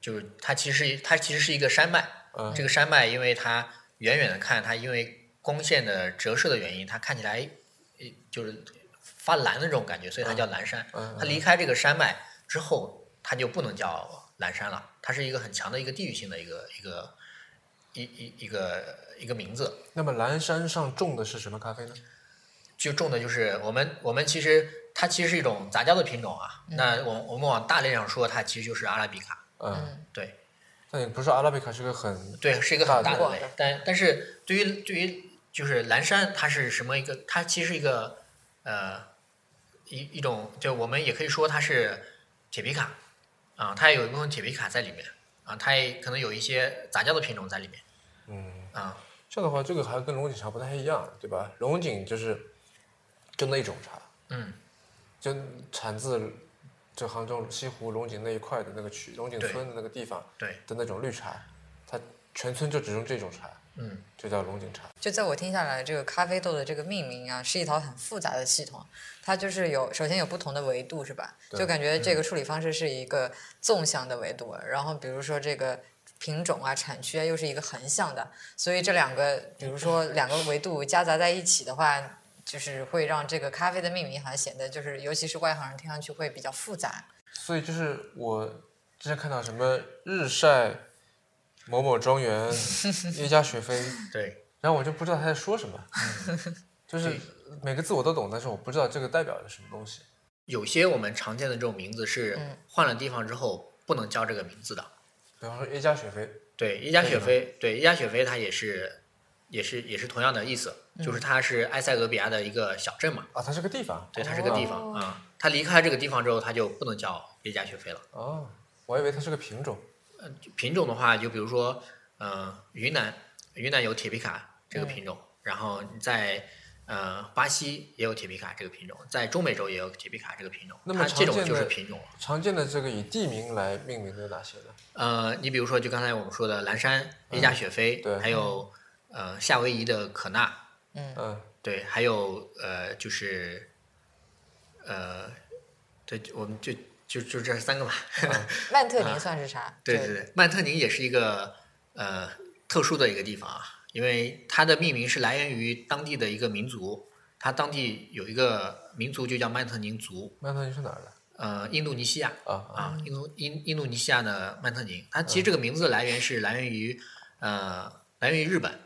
就是它其实它其实是一个山脉。
嗯
这个山脉，因为它远远的看，它因为光线的折射的原因，它看起来呃就是发蓝的这种感觉，所以它叫蓝山。
嗯
它离开这个山脉之后，它就不能叫蓝山了，它是一个很强的一个地域性的一个一个一一一个一个名字。
那么蓝山上种的是什么咖啡呢？
就种的就是我们我们其实它其实是一种杂交的品种啊。那我我们往大类上说，它其实就是阿拉比卡，
嗯，
嗯，
对
那你不是说阿拉比卡是个很
对，是一个很大的
广
类
的。
但但是对于对于就是蓝山，它是什么一个？它其实是一个呃一一种，就我们也可以说它是铁皮卡啊，它也有一部分铁皮卡在里面啊，它也可能有一些杂交的品种在里面
嗯。
啊。
这样的话，这个还跟龙井茶不太一样，对吧？龙井就是就那种茶，
嗯，
就产自就杭州西湖龙井那一块的那个区，龙井村的那个地方
对，
的那种绿茶，它全村就只用这种茶，
嗯
就叫龙井茶。
就在我听下来，这个咖啡豆的这个命名啊，是一套很复杂的系统。它就是有，首先有不同的维度，是吧？
对
就感觉
嗯
这个处理方式是一个纵向的维度，然后比如说这个品种啊、产区啊，又是一个横向的，所以这两个，比如说两个维度夹杂在一起的话，就是会让这个咖啡的命名好像显得就是，尤其是外行人听上去会比较复杂。
所以就是我之前看到什么日晒某某庄 园耶加雪菲，
对
然后我就不知道他在说 什么，就是每个字我都懂，但是我不知道这个代表着什么东西。
有些我们常见的这种名字是
嗯
换了地方之后不能叫这个名字的。
比方说耶加雪菲，
对，耶加
对
雪
的
菲，对耶加雪菲，它也是，也是也是同样的意思，就是它是埃塞俄比亚的一个小镇嘛，
啊，它是个地方，
对，它是个地方
哦
啊。它离开这个地方之后，它就不能叫耶加雪菲了。
哦，我还以为它是个品种。
品种的话，就比如说，呃，云南，云南有铁皮卡这个品种，然后你在呃巴西也有铁皮卡这个品种，在中美洲也有铁皮卡这个品种。
那么
它这
常
种
见
就是
的
品种了。
常见的这个以地名来命名的有哪些呢？
呃，你比如说，就刚才我们说的蓝山、耶加雪菲，
嗯对
还有呃夏威夷的可纳，
嗯，
对，还有呃，就是呃，对，我们就就就这三个吧。
曼特宁算是啥？
啊对对对，曼特宁也是一个呃特殊的一个地方啊，因为它的命名是来源于当地的一个民族，它当地有一个民族就叫曼特宁族，
曼特宁是哪儿的？
呃，印度尼西亚
啊
啊，印度印印度尼西亚的曼特宁，它其实这个名字的来源是来源于呃来源于日本。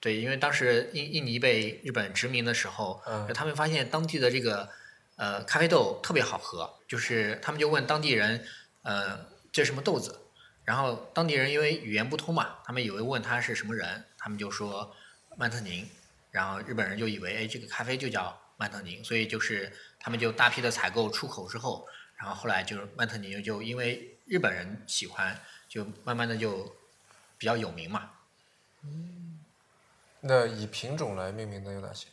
对，因为当时印印尼被日本殖民的时候，
嗯
他们发现当地的这个呃咖啡豆特别好喝，就是他们就问当地人，呃，这是什么豆子？然后当地人因为语言不通嘛，他们以为问他是什么人，他们就说曼特宁，然后日本人就以为哎这个咖啡就叫曼特宁，所以就是他们就大批的采购出口之后，然后后来就是曼特宁就因为日本人喜欢，就慢慢的就比较有名嘛。
那以品种来命名的有哪些？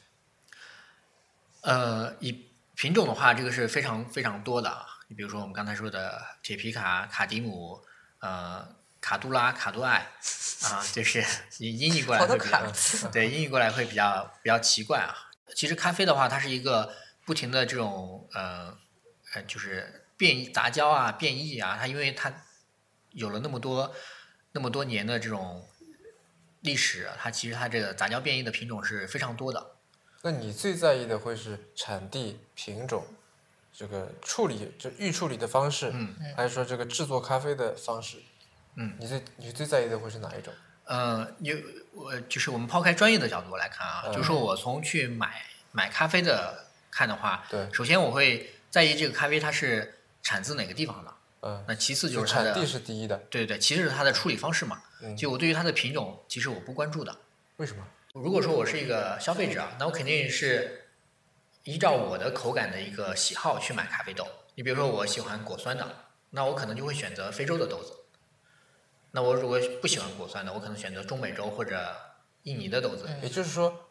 呃，以品种的话，这个是非常非常多的啊。你比如说我们刚才说的铁皮卡、卡迪姆、呃卡杜拉、卡杜艾啊，就是 音音译过来
好多
会比较
卡子，
对，英译过来会比较比较奇怪啊。其实咖啡的话，它是一个不停的这种呃呃，就是变异杂交啊、变异啊，它因为它有了那么多那么多年的这种历史，它其实它这个杂交变异的品种是非常多的。
那你最在意的会是产地、品种，这个处理就预处理的方式，
嗯
还是说这个制作咖啡的方式？
嗯，
你最你最在意的会是哪一种？
呃，有我就是我们抛开专业的角度来看啊，就是
嗯
说我从去买买咖啡的看的话，
对
首先我会在意这个咖啡它是产自哪个地方的，
嗯，
那其次
就
就是它的
产地是第一的，
对对，其实是它的处理方式嘛。
嗯
就我对于它的品种，其实我不关注的。
为什么？
如果说我是一个消费者啊，那我肯定是依照我的口感的一个喜好去买咖啡豆。你比如说我喜欢果酸的，那我可能就会选择非洲的豆子。那我如果不喜欢果酸的，我可能选择中美洲或者印尼的豆子。
也就是说，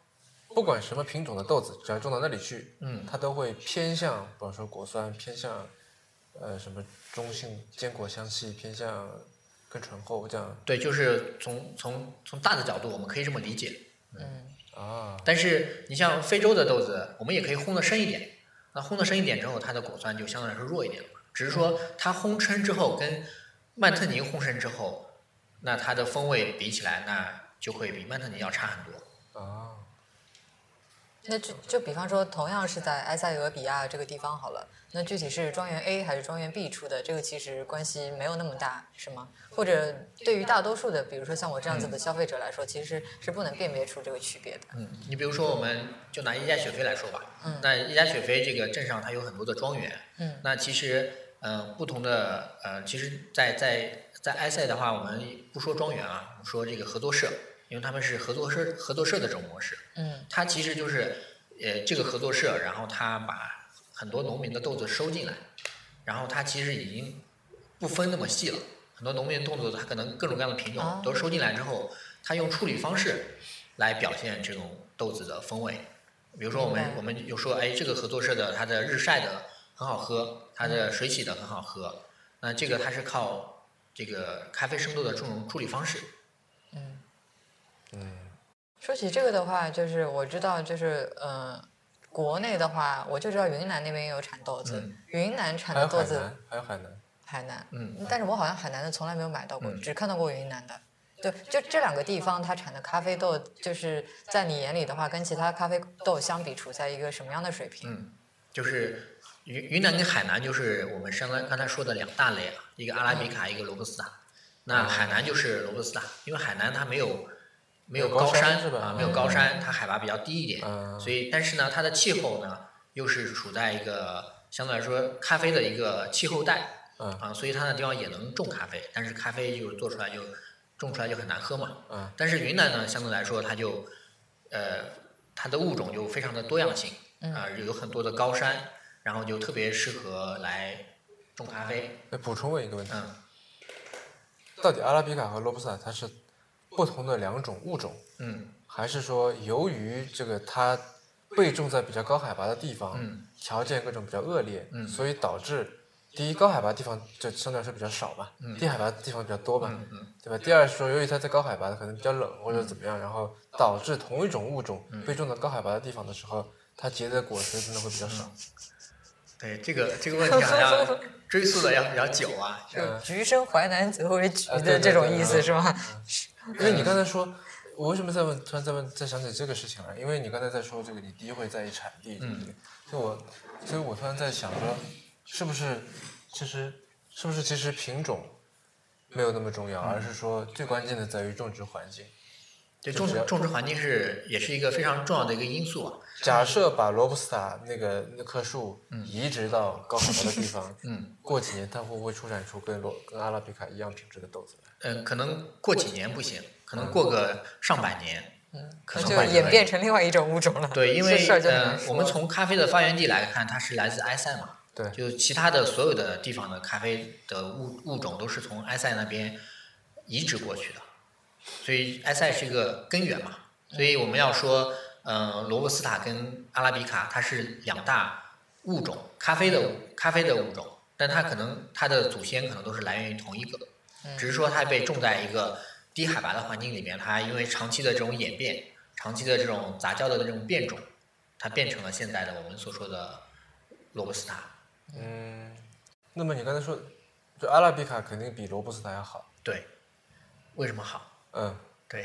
不管什么品种的豆子，只要种到那里去，
嗯，
它都会偏向，比方说果酸，偏向呃什么中性坚果香气，偏向更醇厚这样
对，就是从从从大的角度，我们可以这么理解。
嗯，
啊。
但是你像非洲的豆子，我们也可以烘得深一点。那烘得深一点之后，它的果酸就相对来说弱一点了。只是说它烘深之后跟曼特宁烘深之后，那它的风味比起来，那就会比曼特宁要差很多。
啊，
那就就比方说，同样是在埃塞俄比亚这个地方好了，那具体是庄园 A 还是庄园 B 出的，这个其实关系没有那么大，是吗？或者对于大多数的，比如说像我这样子的消费者来说，其实是不能辨别出这个区别的。
嗯，你比如说，我们就拿一加雪菲来说吧。
嗯
那一加雪菲这个镇上它有很多的庄园。
嗯
那其实，呃，不同的呃，其实在，在在埃塞的话，我们不说庄园啊，我们说这个合作社，因为他们是合作社合作社的这种模式。
嗯
它其实就是呃这个合作社，然后他把很多农民的豆子收进来，然后它其实已经不分那么细了，很多农民的豆子它可能各种各样的品
哦
种都收进来之后，它用处理方式来表现这种豆子的风味。比如说我
明
们
白
我们有说，哎，这个合作社的它的日晒的很好喝，它的水洗的很好喝，那这个它是靠这个咖啡生豆的这种处理方式。
嗯。
嗯，
说起这个的话，就是我知道，就是嗯、呃国内的话，我就知道云南那边也有产豆子，
嗯
云南产
还有
的豆
海
子
南，还有海南，
海南，
嗯，
但是我好像海南的从来没有买到过，
嗯
只看到过云南的。对，就这两个地方，它产的咖啡豆，就是在你眼里的话，跟其他咖啡豆相比，处在一个什么样的水平？
嗯，就是云云南跟海南就是我们刚才刚才说的两大类啊，一个阿拉比卡，一个罗布斯塔。那海南就是罗布斯塔，因为海南它没有没有
有高
高
山
山
是吧
啊，没有高山，它海拔比较低一点，
嗯
所以但是呢，它的气候呢又是处在一个相对来说咖啡的一个气候带，
嗯
啊，所以它那地方也能种咖啡，但是咖啡就是做出来就种出来就很难喝嘛，
嗯，
但是云南呢相对来说它就呃它的物种就非常的多样性，啊、有很多的高山，然后就特别适合来种咖啡。
那哎补充问一个问题，
嗯
到底阿拉比卡和罗布斯塔它是不同的两种物种，
嗯
还是说由于这个它被种在比较高海拔的地方，
嗯
条件各种比较恶劣，
嗯
所以导致第一高海拔地方就相对来说比较少嘛，低海拔地方比较多嘛，
嗯嗯
对吧？第二是说由于它在高海拔可能比较冷或者怎么样，然后导致同一种物种
嗯
被种到高海拔的地方的时候，它结的果实真的会比较
嗯
少。
对这个这个问题 好像追溯的要比较久啊。
就橘生淮南则为橘
啊对
的
对
这种
对
意
对
思是吗？
因为你刚才说，我为什么在问，突然在问，在想起这个事情来？因为你刚才在说这个，你第一会在意产地，对不对？所以我，所以我突然在想说，是不是，其实，是不是其实品种没有那么重要，而是说最关键的在于种植环境。
对种植种植环境是也是一个非常重要的一个因素啊。
假设把罗布斯塔那个那棵树移植到高海拔的地方，
嗯
过几年它会不会出产出跟罗跟阿拉比卡一样品质的豆子来？
嗯、可能过几年不行，可能过个上百年，可
嗯那
能
就
会
演变成另外一种物种了。
对，因为
这事儿就很
呃
难，
我
说
们
了
从咖啡的发源地来看，它是来自埃塞嘛，
对
就其他的所有的地方的咖啡的物物种都是从埃塞那边移植过去的，所以埃塞是一个根源嘛。所以我们要说，嗯、罗布斯塔跟阿拉比卡它是两大物种，咖啡的咖啡的物种，但它可能它的祖先可能都是来源于同一个，只是说它被种在一个低海拔的环境里面，它因为长期的这种演变，长期的这种杂交的这种变种，它变成了现在的我们所说的罗布斯塔。
嗯，那么你刚才说，就阿拉比卡肯定比罗布斯塔要好，
对，为什么好？
嗯，
对，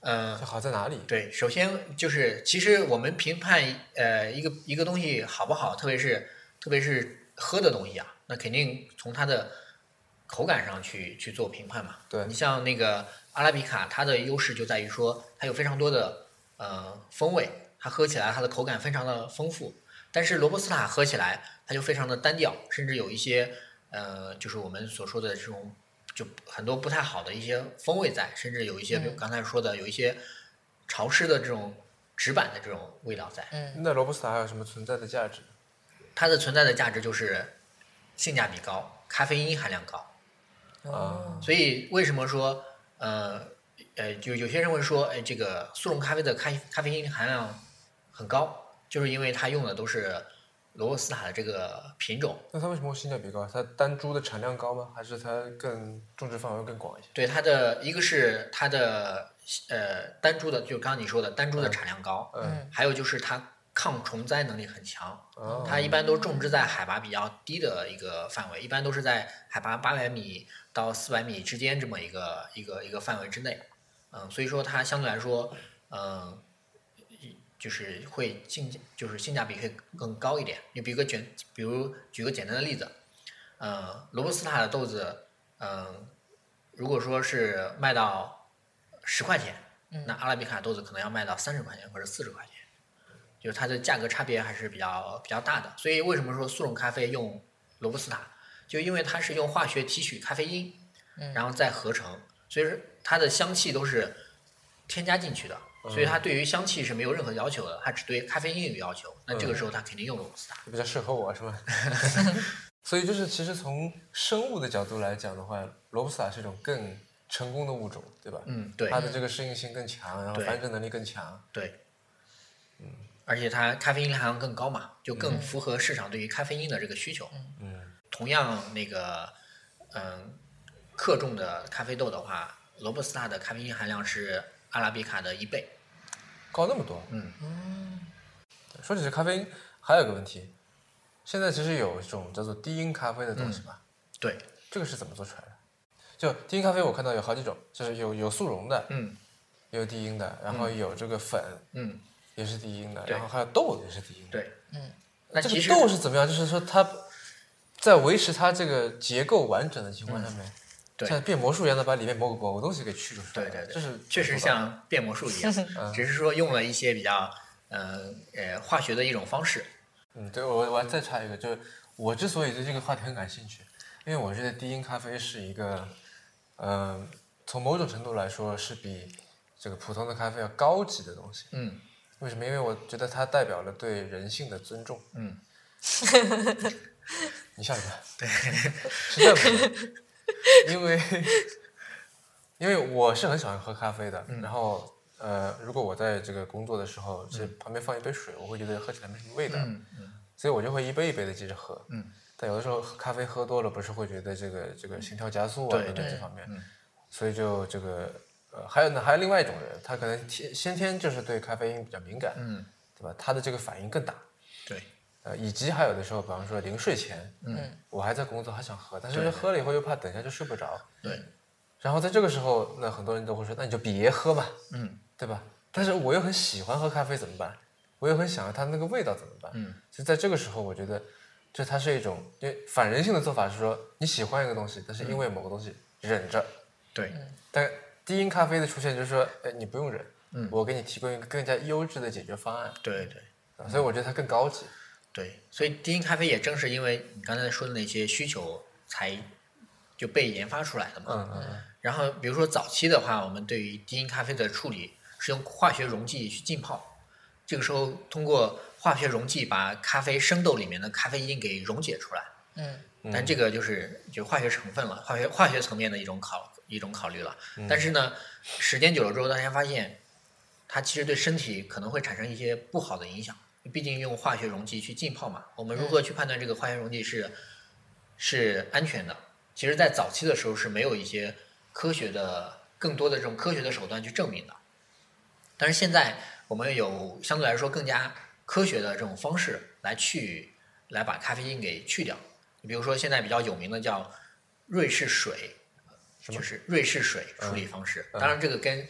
嗯、
它好在哪里？
对，首先就是，其实我们评判呃一个一个东西好不好，特别是特别是喝的东西啊，那肯定从它的口感上去去做评判嘛。
对
你像那个阿拉比卡，它的优势就在于说它有非常多的呃风味，它喝起来它的口感非常的丰富。但是罗布斯塔喝起来它就非常的单调，甚至有一些呃就是我们所说的这种就很多不太好的一些风味在，甚至有一些比如
嗯
刚才说的有一些潮湿的这种纸板的这种味道在。
嗯
那罗布斯塔还有什么存在的价值？
它的存在的价值就是性价比高，咖啡因含量高。
啊
哦
所以为什么说呃呃，就有些人会说，哎，这个速溶咖啡的咖咖啡因含量很高，就是因为它用的都是罗布斯塔的这个品种，
那它为什么会性价比高？它单株的产量高吗？还是它更种植范围更广一些？
对它的一个是它的呃单株的，就刚刚你说的单株的产量高，
嗯，
还有就是它抗虫灾能力很强，
哦
它一般都种植在海拔比较低的一个范围，一般都是在海拔八百米到四百米之间这么一个一个一个范围之内。嗯，所以说它相对来说，嗯，就是会性就是性价比会更高一点。你比如个简，比如举个简单的例子，嗯，罗布斯塔的豆子，嗯，如果说是卖到十块钱，那阿拉比卡豆子可能要卖到三十块钱或者四十块钱。就是它的价格差别还是比较比较大的。所以为什么说速溶咖啡用罗布斯塔，就因为它是用化学提取咖啡因，然后再合成，所以说它的香气都是添加进去的。所以它对于香气是没有任何要求的，它只对咖啡因有要求。那这个时候它肯定用罗布斯塔。
比较适合我是 吧？所以就是，其实从生物的角度来讲的话，罗布斯塔是一种更成功的物种，对吧？
嗯，对
它的这个适应性更强，然后
对
繁殖能力更强。
对，而且它咖啡因含量更高嘛，就更符合市场对于咖啡因的这个需求。
嗯，
同样那个，嗯，克重的咖啡豆的话，罗布斯塔的咖啡因含量是阿拉比卡的一倍。
高那么多。
嗯
说起这咖啡因，还有个问题，现在其实有一种叫做低因咖啡的东西吧？
对，
这个是怎么做出来的？就低因咖啡，我看到有好几种，就是有有速溶的，
嗯
有低因的，然后有这个粉
嗯，
也是低因的，
对
然后还有豆也是低因的。
对，
嗯。，
那
这
其实
个豆是怎么样？就是说它在维持它这个结构完整的情况下面，
嗯对
像变魔术一样的把里面某个某个东西给去除出来。
对对对，
这是
确实像变魔术一样
嗯
只是说用了一些比较，呃呃，化学的一种方式。
嗯，对我我再插一个，就是我之所以对这个话题很感兴趣，因为我觉得低因咖啡是一个，呃，从某种程度来说是比这个普通的咖啡要高级的东西。
嗯
为什么？因为我觉得它代表了对人性的尊重。
嗯，
你笑什么？对， 是这样子的，因为因为我是很喜欢喝咖啡的，
嗯
然后呃，如果我在这个工作的时候，是旁边放一杯水，我会觉得喝起来没什么味道，
嗯嗯
所以我就会一杯一杯的接着喝。
嗯，
但有的时候喝咖啡喝多了，不是会觉得这个这个心跳加速啊
对
等等
对
这方面，
嗯
所以就这个呃，还有呢，还有另外一种人，他可能天先天就是对咖啡因比较敏感，
嗯，
对吧？他的这个反应更大。
对
呃，以及还有的时候，比方说临睡前，
嗯，
我还在工作，还想喝，但是
对
就
对
喝了以后又怕等一下就睡不着，
对，
然后在这个时候，那很多人都会说，那你就别喝吧，
嗯
对吧？但是我又很喜欢喝咖啡，怎么办？我又很想要它那个味道，怎么办？
嗯，
所以在这个时候，我觉得就它是一种，因为反人性的做法是说，你喜欢一个东西，但是
嗯
因为某个东西忍着，
对，
但低因咖啡的出现就是说，哎，你不用忍，
嗯
我给你提供一个更加优质的解决方案，
对对。
啊所以我觉得它更高级。
对，所以低因咖啡也正是因为你刚才说的那些需求，才就被研发出来的嘛。
嗯嗯嗯，
然后比如说早期的话，我们对于低因咖啡的处理是用化学溶剂去浸泡，这个时候通过化学溶剂把咖啡生豆里面的咖啡因给溶解出来，
嗯
但这个就是就化学成分了，化学化学层面的一种考一种考虑了。但是呢，时间久了之后，大家发现它其实对身体可能会产生一些不好的影响。毕竟用化学溶剂去浸泡嘛，我们如何去判断这个化学溶剂是是安全的？其实，在早期的时候是没有一些科学的更多的这种科学的手段去证明的。但是现在我们有相对来说更加科学的这种方式来去来把咖啡因给去掉。你比如说现在比较有名的叫瑞士水，就是瑞士水处理方式。
嗯
当然，这个跟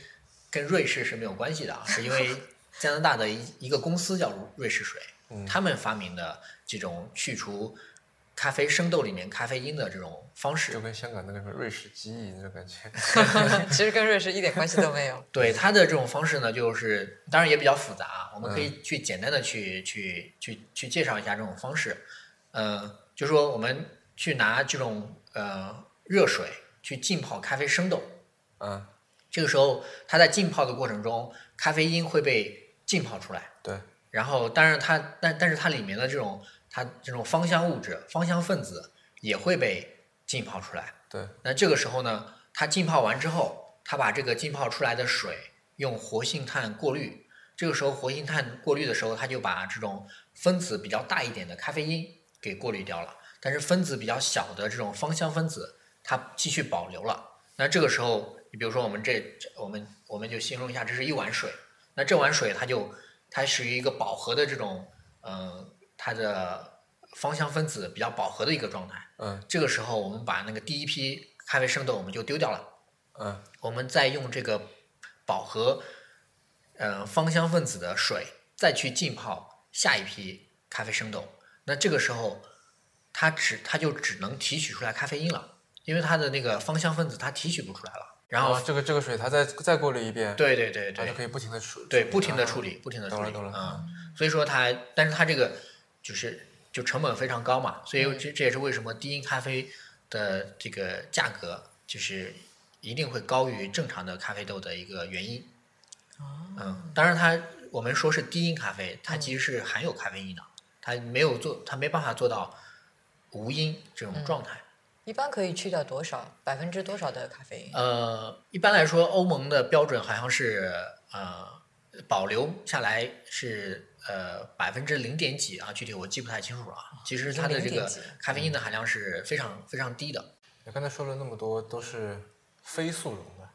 跟瑞士是没有关系的啊，是因为加拿大的一一个公司叫瑞士水，他们发明的这种去除咖啡生豆里面咖啡因的这种方式
就。跟香港那个什么瑞士记忆那种感 觉。
嗯 其实跟瑞士一点关系都没有。
对它的这种方式呢，就是当然也比较复杂啊，我们可以去简单的去、去去去介绍一下这种方式。呃，就说我们去拿这种呃热水去浸泡咖啡生豆，
嗯，
这个时候它在浸泡的过程中，咖啡因会被浸泡出来，
对，
然后当然它但但是它里面的这种它这种芳香物质、芳香分子也会被浸泡出来。
对，
那这个时候呢，它浸泡完之后，它把这个浸泡出来的水用活性炭过滤。这个时候活性炭过滤的时候，它就把这种分子比较大一点的咖啡因给过滤掉了，但是分子比较小的这种芳香分子，它继续保留了。那这个时候，你比如说我们这，这我们我们就形容一下，这是一碗水。那这碗水它就它属于一个饱和的这种，嗯、它的芳香分子比较饱和的一个状态。
嗯
这个时候我们把那个第一批咖啡生豆我们就丢掉了，
嗯
我们再用这个饱和呃芳香分子的水再去浸泡下一批咖啡生豆。那这个时候它只它就只能提取出来咖啡因了，因为它的那个芳香分子它提取不出来了。然后、
啊这个这个水它再再过滤一遍，
对对对
它
对
就可以不停的处
对，不停的
啊
处理，不停的处
懂了
理，
懂了
啊、所以说它，但是它这个就是就成本非常高嘛，所以这这也是为什么低因咖啡的这个价格就是一定会高于正常的咖啡豆的一个原因。
哦
嗯，当然它我们说是低因咖啡，
嗯
它其实是含有咖啡因的，它没有做，它没办法做到无因这
嗯
种状态。
一般可以去掉多少百分之多少的咖啡因？
呃，一般来说，欧盟的标准好像是呃保留下来是呃百分之零点几啊，具体我记不太清楚了啊。其实它的
0.
这
几
个咖啡因的含量是非常非常低的。
你刚才说了那么多都是非速溶的，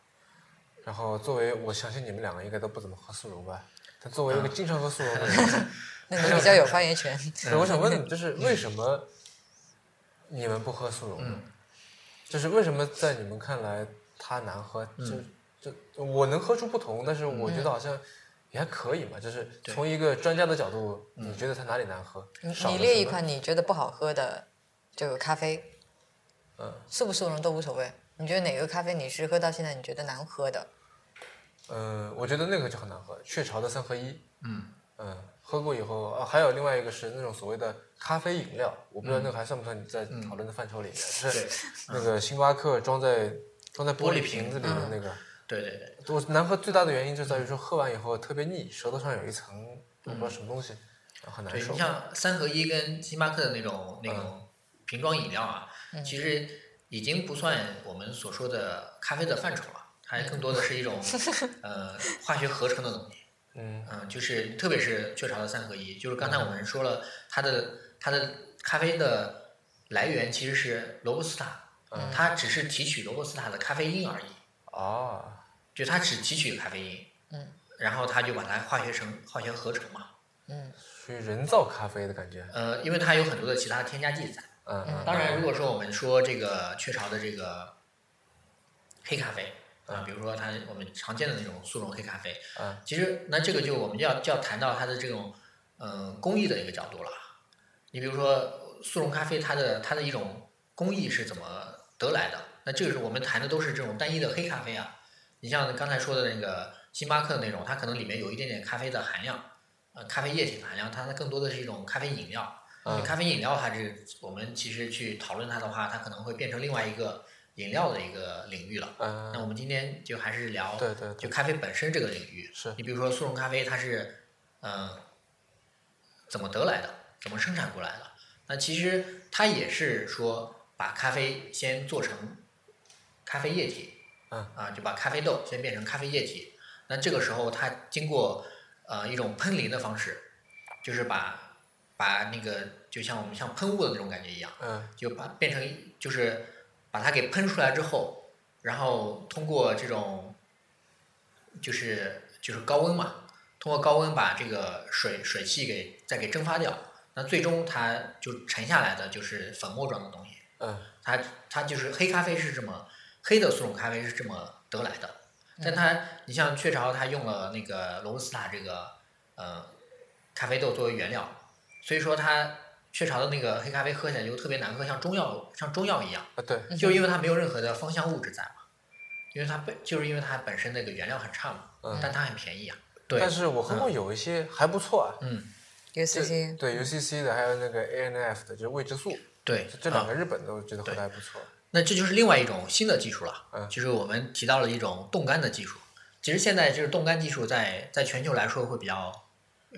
然后作为我相信你们两个应该都不怎么喝速溶吧？但作为一个
嗯
经常喝速溶的人，
那你比较有发言权。
对我想
嗯
问，就是为什么你们不喝速溶
嗯
呢？就是为什么在你们看来它难喝？
嗯
就就我能喝出不同，但是我觉得好像也还可以嘛。就是从一个专家的角度，你觉得它哪里难喝？
嗯你
少
嗯你
了
列一
什么
款你觉得不好喝的这个咖啡，
嗯，
速不速溶都无所谓。你觉得哪个咖啡你是喝到现在你觉得难喝的？
嗯，我觉得那个就很难喝，雀巢的三合一。
嗯
嗯，喝过以后啊，还有另外一个是那种所谓的咖啡饮料，我不知道
嗯
那个还算不算你在讨论的范畴里面，就是
对
那个星巴克装在装在玻璃瓶子里
嗯
的那个。
对对对，
我难喝最大的原因就在于说喝完以后特别腻，舌头上有一层我不知道什么东西，然后很难
嗯对
受嗯
你。像三合一跟星巴克的那种那种瓶装饮料啊，其实已经不算我们所说的咖啡的范畴了，它更多的是一种呃化学合成的东西。
嗯
嗯，就是特别是雀巢的三合一，就是刚才我们说了，它的它的咖啡的来源其实是罗布斯塔，
嗯
它只是提取罗布斯塔的咖啡因而已，
啊，
就它只提取咖啡因，
嗯，
然后它就把它化学成化学合成嘛，
嗯
属于人造咖啡的感觉。
呃，因为它有很多的其他添加剂在。
嗯嗯，
啊当然，如果说我们说这个雀巢的这个黑咖啡啊，比如说它我们常见的那种速溶黑咖啡，
嗯，
其实那这个就我们就要就要谈到它的这种嗯、呃工艺的一个角度了。你比如说速溶咖啡，它的它的一种工艺是怎么得来的？那这个是我们谈的都是这种单一的黑咖啡啊。你像刚才说的那个星巴克那种，它可能里面有一点点咖啡的含量，呃，咖啡液体的含量，它更多的是一种咖啡饮料。因为
嗯
咖啡饮料它是我们其实去讨论它的话，它可能会变成另外一个饮料的一个领域了。那
嗯，
我们今天就还是聊
对对
就
对，
咖啡本身这个领域。
是
你比如说速溶咖啡，它是嗯、呃怎么得来的，怎么生产过来的？那其实它也是说把咖啡先做成咖啡液体，
嗯
啊，就把咖啡豆先变成咖啡液体。那这个时候它经过呃一种喷淋的方式，就是把把那个就像我们像喷雾的那种感觉一样，
嗯
就把变成一就是把它给喷出来之后，然后通过这种就是就是高温嘛，通过高温把这个水水汽给再给蒸发掉，那最终它就沉下来的就是粉末状的东西。
嗯
它它就是黑咖啡是这么黑的速溶咖啡是这么得来的，但它你像雀巢，它用了那个罗布斯塔这个呃咖啡豆作为原料，所以说它雀巢的那个黑咖啡喝起来就特别难喝，像中药像中药一样，
啊对，
嗯
就因为它没有任何的芳香物质在嘛，因为它本就是因为它本身那个原料很差嘛，
嗯
但它很便宜啊，对
但，是我喝过有一些还不错啊，
嗯，
这
UCC
对 UCC 的还有那个 ANF 的，就是未知素，
对
这，这两
啊
个日本的我觉得喝的还不错。
那这就是另外一种新的技术了，
嗯
就是我们提到了一种冻干的技术。其实现在就是冻干技术在在全球来说会比较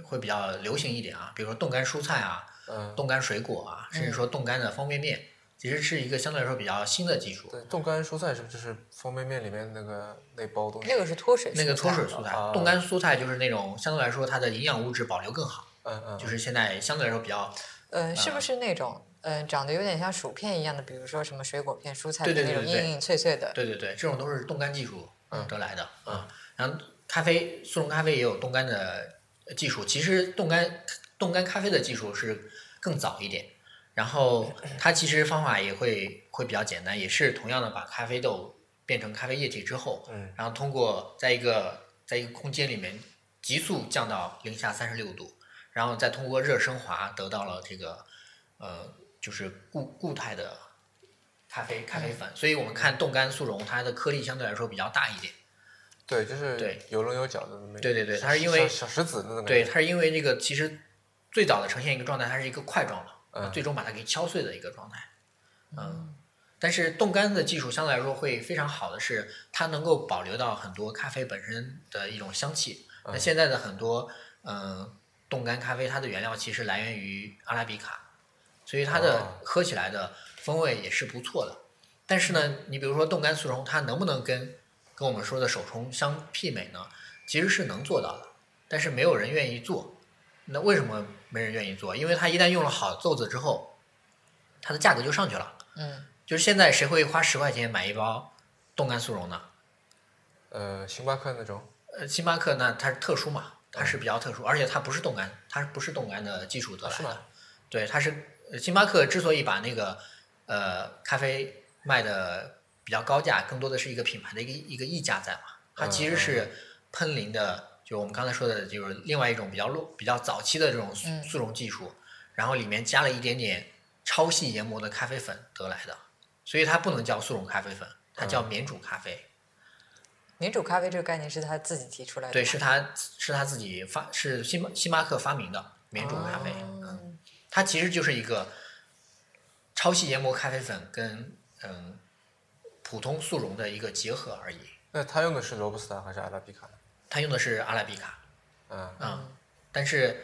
会比较流行一点啊，比如说冻干蔬菜啊、
嗯，
冻干水果啊，甚至说冻干的方便面，其实是一个相对来说比较新的技术。
对，冻干蔬菜是不是就是方便面里面那个那包东西？
那个是脱水，
那个脱水蔬菜
啊，
冻干蔬菜就是那种相对来说它的营养物质保留更好，
嗯嗯，
就是现在相对来说比较
嗯，是
啊
不是那种嗯长得有点像薯片一样的，比如说什么水果片、蔬菜
对
片
对
那
对
种
对对
硬硬脆脆的？
对对对，这种都是冻干技术得来的啊、然后咖啡速溶咖啡也有冻干的技术，其实冻干冻干咖啡的技术是更早一点，然后它其实方法也会会比较简单，也是同样的把咖啡豆变成咖啡液体之后，
嗯
然后通过在一个在一个空间里面急速降到零下三十六度，然后再通过热升华得到了这个呃就是固固态的咖啡咖啡
嗯
粉，所以我们看冻干速溶，它的颗粒相对来说比较大一点。
对，就是
对
有棱有角的那么一个。
对对对
小
它是因为
小小石子的那个。
对，，它是因为这个其实最早的呈现一个状态，它是一个块状嘛，
嗯
最终把它给敲碎的一个状态。嗯，但是冻干的技术相对来说会非常好的是，它能够保留到很多咖啡本身的一种香气。那现在的很多嗯、呃冻干咖啡，它的原料其实来源于阿拉比卡，所以它的
哦
喝起来的风味也是不错的。但是呢，你比如说冻干速溶，它能不能跟跟我们说的手冲相媲美呢？其实是能做到的，但是没有人愿意做。那为什么没人愿意做？因为它一旦用了好豆子之后，它的价格就上去了。
嗯，
就是现在谁会花十块钱买一包冻干速溶呢？
呃，星巴克那种。
呃，星巴克呢，它是特殊嘛，它是比较特殊，而且它不是冻干，它不是冻干的技术得来
啊是吗
的。对，它是呃星巴克之所以把那个呃咖啡卖的比较高价，更多的是一个品牌的一个一个溢价在嘛。它其实是喷淋的，就我们刚才说的，就是另外一种比较落比较早期的这种速
嗯
速溶技术，然后里面加了一点点超细研磨的咖啡粉得来的，所以它不能叫速溶咖啡粉，它叫免煮咖啡。
民主咖啡这个概念是他自己提出来的吗，
对，是他是他自己发，是星巴星巴克发明的免煮咖啡。
哦
嗯，它其实就是一个超细研磨咖啡粉跟嗯普通速溶的一个结合而已。
那他用的是罗布斯塔还是阿拉比卡呢？
它用的是阿拉比卡
嗯
啊、但是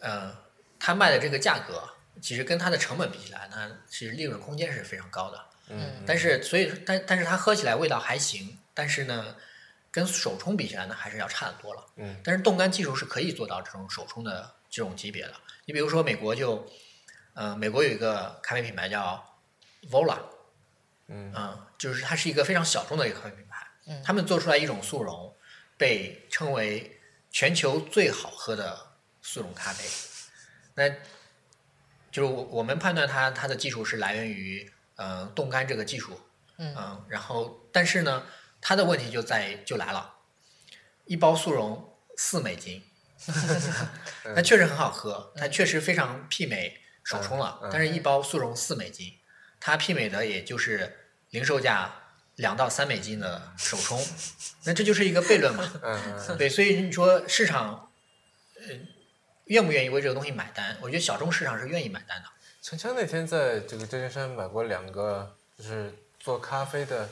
呃，它卖的这个价格其实跟它的成本比起来，它是利润空间是非常高的。
嗯，
但是所以但但是它喝起来味道还行，但是呢，跟手冲比起来呢，还是要差得多了。
嗯，
但是冻干技术是可以做到这种手冲的这种级别的。你比如说美国就，呃，美国有一个咖啡品牌叫 Vola，啊
嗯
就是它是一个非常小众的一个咖啡品牌，
嗯
他们做出来一种速溶，被称为全球最好喝的速溶咖啡。那就是我我们判断它它的技术是来源于呃冻干这个技术，呃
嗯
然后但是呢，它的问题就在就来了，一包速溶四美金，
嗯
那确实很好喝，它确实非常媲美手冲了，
嗯嗯
但是一包速溶四美金，它媲美的也就是零售价两到三美金的手冲，那这就是一个悖论嘛，
嗯嗯
对，所以你说市场，呃，愿不愿意为这个东西买单？我觉得小众市场是愿意买单的。
陈强那天在这个旧金山买过两个，就是做咖啡的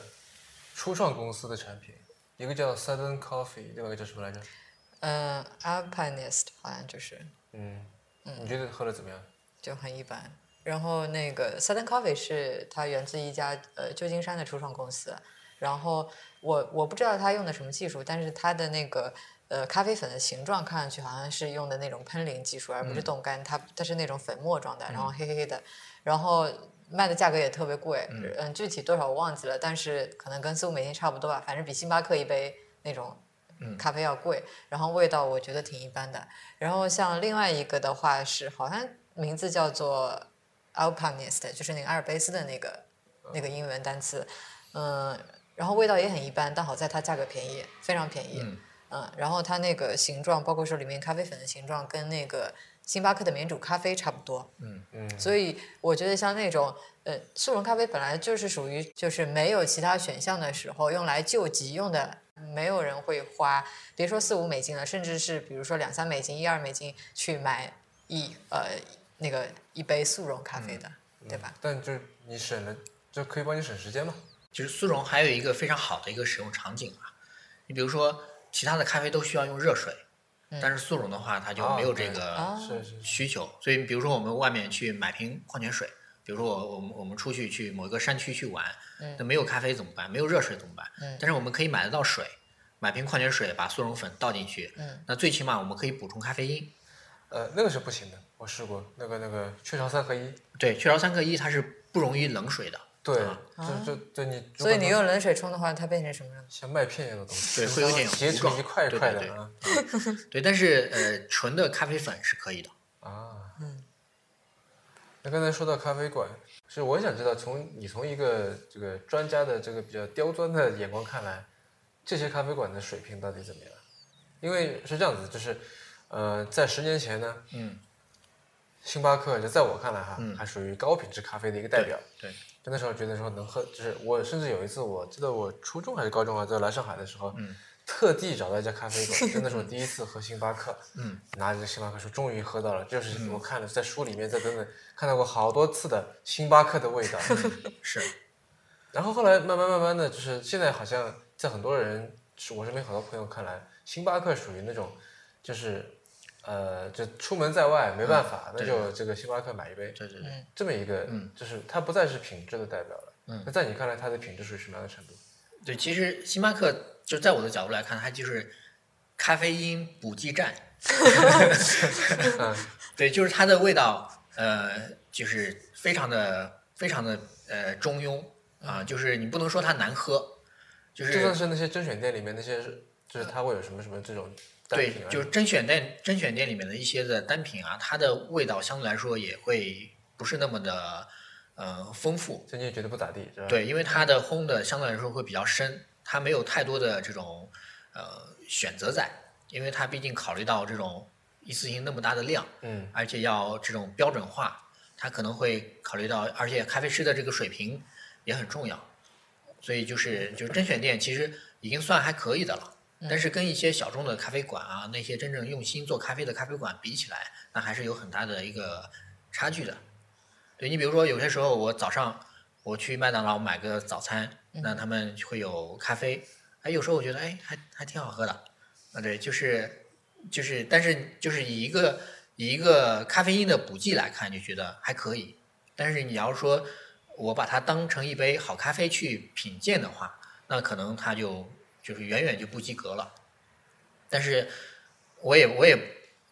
初创公司的产品，一个叫 Southern Coffee，另外一个叫什么来着？
嗯 a l p i n i s t 好像就是嗯
嗯，你觉得喝的怎么样？
就很一般，然后那个 Southern Coffee 是它源自一家呃旧金山的初创公司，然后我我不知道它用的什么技术，但是它的那个呃咖啡粉的形状看上去好像是用的那种喷淋技术，而不是冻干，它它是那种粉末状的，然后黑黑的，然后卖的价格也特别贵，嗯具体多少我忘记了，但是可能跟苏美金差不多吧，反正比星巴克一杯那种。咖啡要贵，然后味道我觉得挺一般的。然后像另外一个的话是，好像名字叫做 alpinist，就是那个阿尔卑斯的那个那个英文单词，嗯，然后味道也很一般，但好在它价格便宜，非常便宜，嗯然后它那个形状，包括说里面咖啡粉的形状，跟那个星巴克的免煮咖啡差不多，嗯嗯，所以我觉得像那种呃速溶咖啡本来就是属于就是没有其他选项的时候用来救急用的。没有人会花，别说四五美金了，甚至是比如说两三美金、一二美金去买一呃那个一杯速溶咖啡的，对吧？
但就是你省了，就可以帮你省时间嘛。
就是速溶还有一个非常好的一个使用场景啊，你比如说其他的咖啡都需要用热水，
嗯
但是速溶的话它就没有这个
啊
是是是，
需求，所以比如说我们外面去买瓶矿泉水，比如说我我们我们出去去某一个山区去玩，那没有咖啡怎么办？没有热水怎么办？
嗯
但是我们可以买得到水，买瓶矿泉水把速溶粉倒进去，
嗯
那最起码我们可以补充咖啡因。
呃，那个是不行的，我试过那个那个雀巢三合一，
对，雀巢三合一它是不溶于冷水的，
对，
啊
就就对你，
所以你用冷水冲的话，它变成什么样？
像麦片一样的东西，
对会有点
结
糊
成
状
一块一
对
块
对
的
对
啊
对，但是呃纯的咖啡粉是可以的。
啊。
嗯。
那刚才说到咖啡馆，是我想知道从你从一个这个专家的这个比较刁钻的眼光看来，这些咖啡馆的水平到底怎么样？因为是这样子，就是，呃，在十年前呢，
嗯，
星巴克就在我看来哈，
嗯
还属于高品质咖啡的一个代表。
对，
就那时候觉得说能喝，就是我甚至有一次，我记得我初中还是高中啊，在来上海的时候，
嗯
特地找到一家咖啡馆，就那是我第一次喝星巴克，
嗯，
拿着星巴克说终于喝到了，就是我看了在书里面再等等看到过好多次的星巴克的味 道，
是，
然后后来慢慢慢慢的就是现在好像在很多人，是我身边很多朋友看来，星巴克属于那种，就是，呃，就出门在外没办法，那
嗯对
就这个星巴克买一杯，
对对对。
这么一个，就是它不再是品质的代表了。
嗯
那在你看来，它的品质属于什么样的程度？
对，其实星巴克就在我的角度来看，它就是咖啡因补给站。 对，就是它的味道，呃，就是非常的非常的呃中庸啊、就是你不能说它难喝，就
就算
是
是那些甄选店里面那些，就是它会有什么什么这种单
对
品啊，，
就是甄选店甄选店里面的一些的单品啊，它的味道相对来说也会不是那么的呃丰富，
就你也觉得不咋地，是吧？，
对，因为它的烘的相对来说会比较深，它没有太多的这种呃选择在，因为它毕竟考虑到这种一次性那么大的量，
嗯，
而且要这种标准化，它可能会考虑到，而且咖啡师的这个水平也很重要，所以就是就是甄选店其实已经算还可以的了。但是跟一些小众的咖啡馆啊，那些真正用心做咖啡的咖啡馆比起来，那还是有很大的一个差距的。对你比如说，有些时候我早上我去麦当劳买个早餐，那他们会有咖啡，哎，有时候我觉得哎还还挺好喝的，啊对，就是就是，但是就是以一个以一个咖啡因的补剂来看，就觉得还可以。但是你要说我把它当成一杯好咖啡去品鉴的话，那可能它就就是远远就不及格了。但是我也我也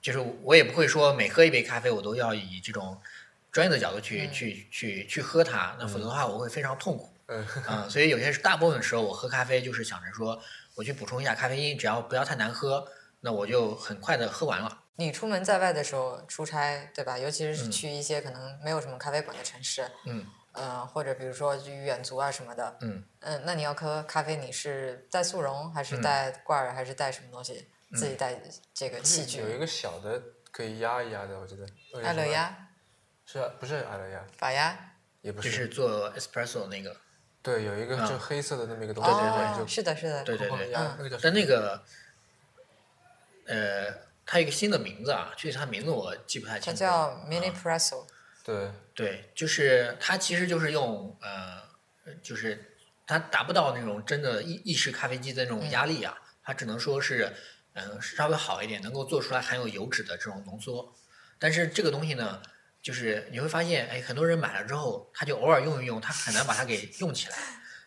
就是我也不会说每喝一杯咖啡我都要以这种专业的角度去、去去去喝它，那否则的话我会非常痛苦。
嗯
嗯，所以有些时大部分时候我喝咖啡就是想着说我去补充一下咖啡因，只要不要太难喝，那我就很快的喝完了。
你出门在外的时候出差，对吧？尤其是
嗯
去一些可能没有什么咖啡馆的城市，
嗯
呃，或者比如说就远足啊什么的，
嗯，
嗯，那你要喝咖啡，你是带速溶还是带罐儿，啊还是带什么东西？自
嗯
己带这个器
有一
具，
个小的可以压一压的，我觉得。
爱乐压、
是啊不是爱乐压？
法压，
也不，
就是是做 espresso 那个，
对，有一个
嗯
就黑色的那么一个东西，然后
哦，
就是
的，是的，
对对
哐哐
对。嗯
压，那个叫什
但
么
那个，呃，它有一个新的名字啊，具体它名字我记不太
它
清楚。
叫 mini presso，
对，
对，就是它其实就是用呃，就是它达不到那种真的意意式咖啡机的那
嗯
种压力啊，它只能说是嗯、呃稍微好一点，能够做出来含有油脂的这种浓缩。但是这个东西呢，就是你会发现，哎，很多人买了之后，他就偶尔用一用，他很难把它给用起来。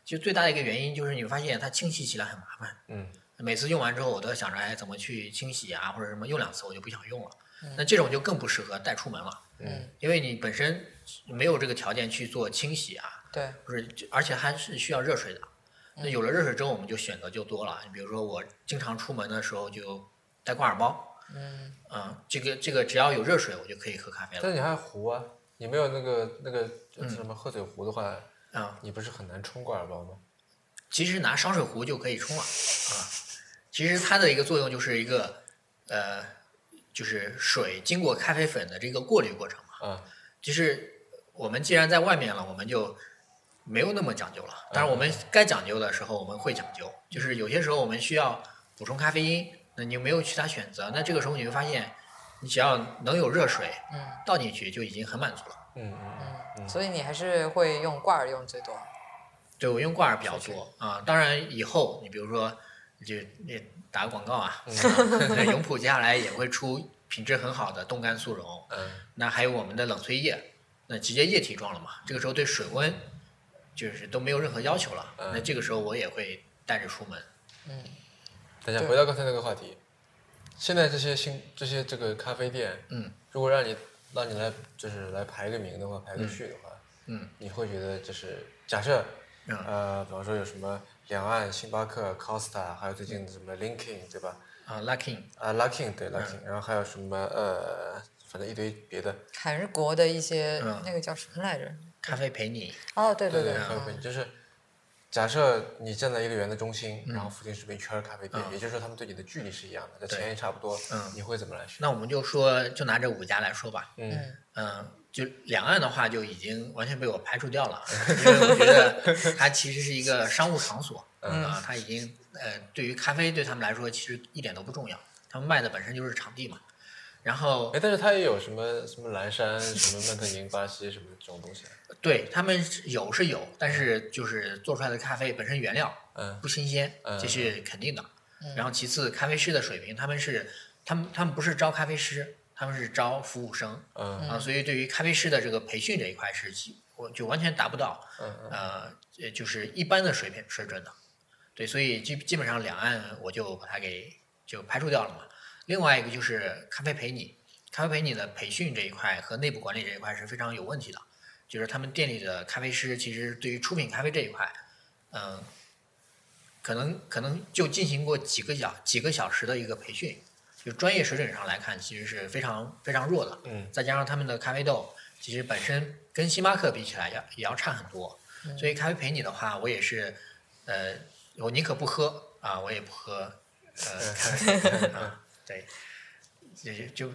就最大的一个原因就是，你会发现它清洗起来很麻烦。
嗯，
每次用完之后，我都要想着，哎，怎么去清洗啊，或者什么，用两次我就不想用了。那这种就更不适合带出门了。
嗯，
因为你本身没有这个条件去做清洗啊，
对，
不是，就而且还是需要热水的。那有了热水之后，我们就选择就多了。你比如说，我经常出门的时候就带挂耳包，
嗯，
嗯，这个这个只要有热水，我就可以喝咖啡了。
但是你还有壶啊，你没有那个那个
嗯
就是什么喝水壶的话，
啊、
你不是很难冲挂耳包吗？
其实拿烧水壶就可以冲了啊。其实它的一个作用就是一个呃，就是水经过咖啡粉的这个过滤过程嘛。
啊，
就是我们既然在外面了，我们就没有那么讲究了。当然，我们该讲究的时候我们会讲究，就是有些时候我们需要补充咖啡因，那你没有其他选择，那这个时候你会发现，你只要能有热水
嗯
倒进去就已经很满足了。
嗯嗯
嗯，所以你还是会用挂耳用最多。
对我用挂耳比较多啊，当然以后你比如说就那打个广告啊，那 永璞接下来也会出品质很好的冻干速溶，
嗯
那还有我们的冷萃液，那直接液体装了嘛，这个时候对水温就是都没有任何要求了，
嗯
那这个时候我也会带着出门。
等一下，
对
回到刚才那个话题，现在这些新这些这个咖啡店，
嗯，
如果让你让你来就是来排个名的话，排个序的话，
嗯，
你会觉得就是假设，
嗯
呃，比方说有什么两岸星巴克、Costa，还有啊最近的什么 Linkin，对吧？
啊，Luckin，
啊，Luckin 对
嗯
Luckin，、然后还有什么呃，反正一堆别的，
韩国的一些、
嗯
那个叫什么来着？
咖啡陪你，
哦，对对
对
对，
咖啡
嗯
店就是。假设你站在一个园的中心，然后附近是一圈咖啡店，
嗯
也就是说他们对你的距离是一样的，那钱也差不多，
嗯
你会怎么来选？
那我们就说就拿这五家来说吧，
嗯
嗯，就两岸的话就已经完全被我排除掉了，啊因为我觉得它其实是一个商务场所，
嗯
啊，它已经呃，对于咖啡对他们来说其实一点都不重要，他们卖的本身就是场地嘛。然后
哎，但是它也有什么什么蓝山、什么曼特宁、巴西什么这种东 西啊。
对他们是有是有，但是就是做出来的咖啡本身原料
嗯
不新鲜
嗯，
这是肯定的。然后其次，咖啡师的水平，他们是他们他们不是招咖啡师，他们是招服务生。
嗯
啊，所以对于咖啡师的这个培训这一块是基，我就完全达不到，
嗯
呃，呃就是一般的水平水准的，对，所以基基本上两岸我就把它给就排除掉了嘛。另外一个就是咖啡陪你，咖啡陪你的培训这一块和内部管理这一块是非常有问题的，就是他们店里的咖啡师其实对于出品咖啡这一块，嗯、可能可能就进行过几个小几个小时的一个培训，就专业水准上来看，其实是非常非常弱的。
嗯
再加上他们的咖啡豆其实本身跟星巴克比起来要也要差很多，所以咖啡陪你的话，我也是，呃，我宁可不喝啊，我也不喝，呃，咖
嗯
啡啊，对，也就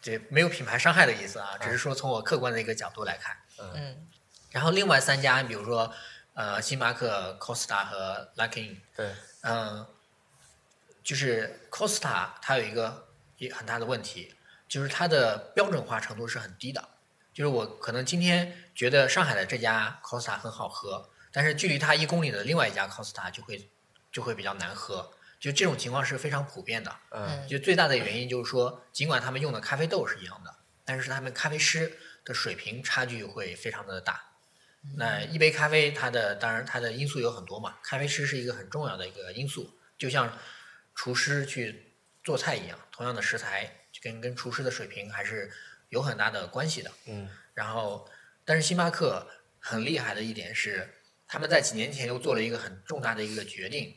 这没有品牌伤害的意思啊，只是说从我客观的一个角度来看，
嗯，
然后另外三家，比如说呃，星巴克、Costa 和 Luckin，
对，
嗯、就是 Costa 它有一个也很大的问题，就是它的标准化程度是很低的。就是我可能今天觉得上海的这家 Costa 很好喝，但是距离它一公里的另外一家 Costa 就会就会比较难喝。就这种情况是非常普遍的。
嗯
就最大的原因就是说，尽管他们用的咖啡豆是一样的，但是他们咖啡师的水平差距会非常的大。那一杯咖啡，它的当然它的因素有很多嘛，咖啡师是一个很重要的一个因素，就像厨师去做菜一样，同样的食材，跟跟厨师的水平还是有很大的关系的。
嗯
然后，但是星巴克很厉害的一点是，他们在几年前又做了一个很重大的一个决定，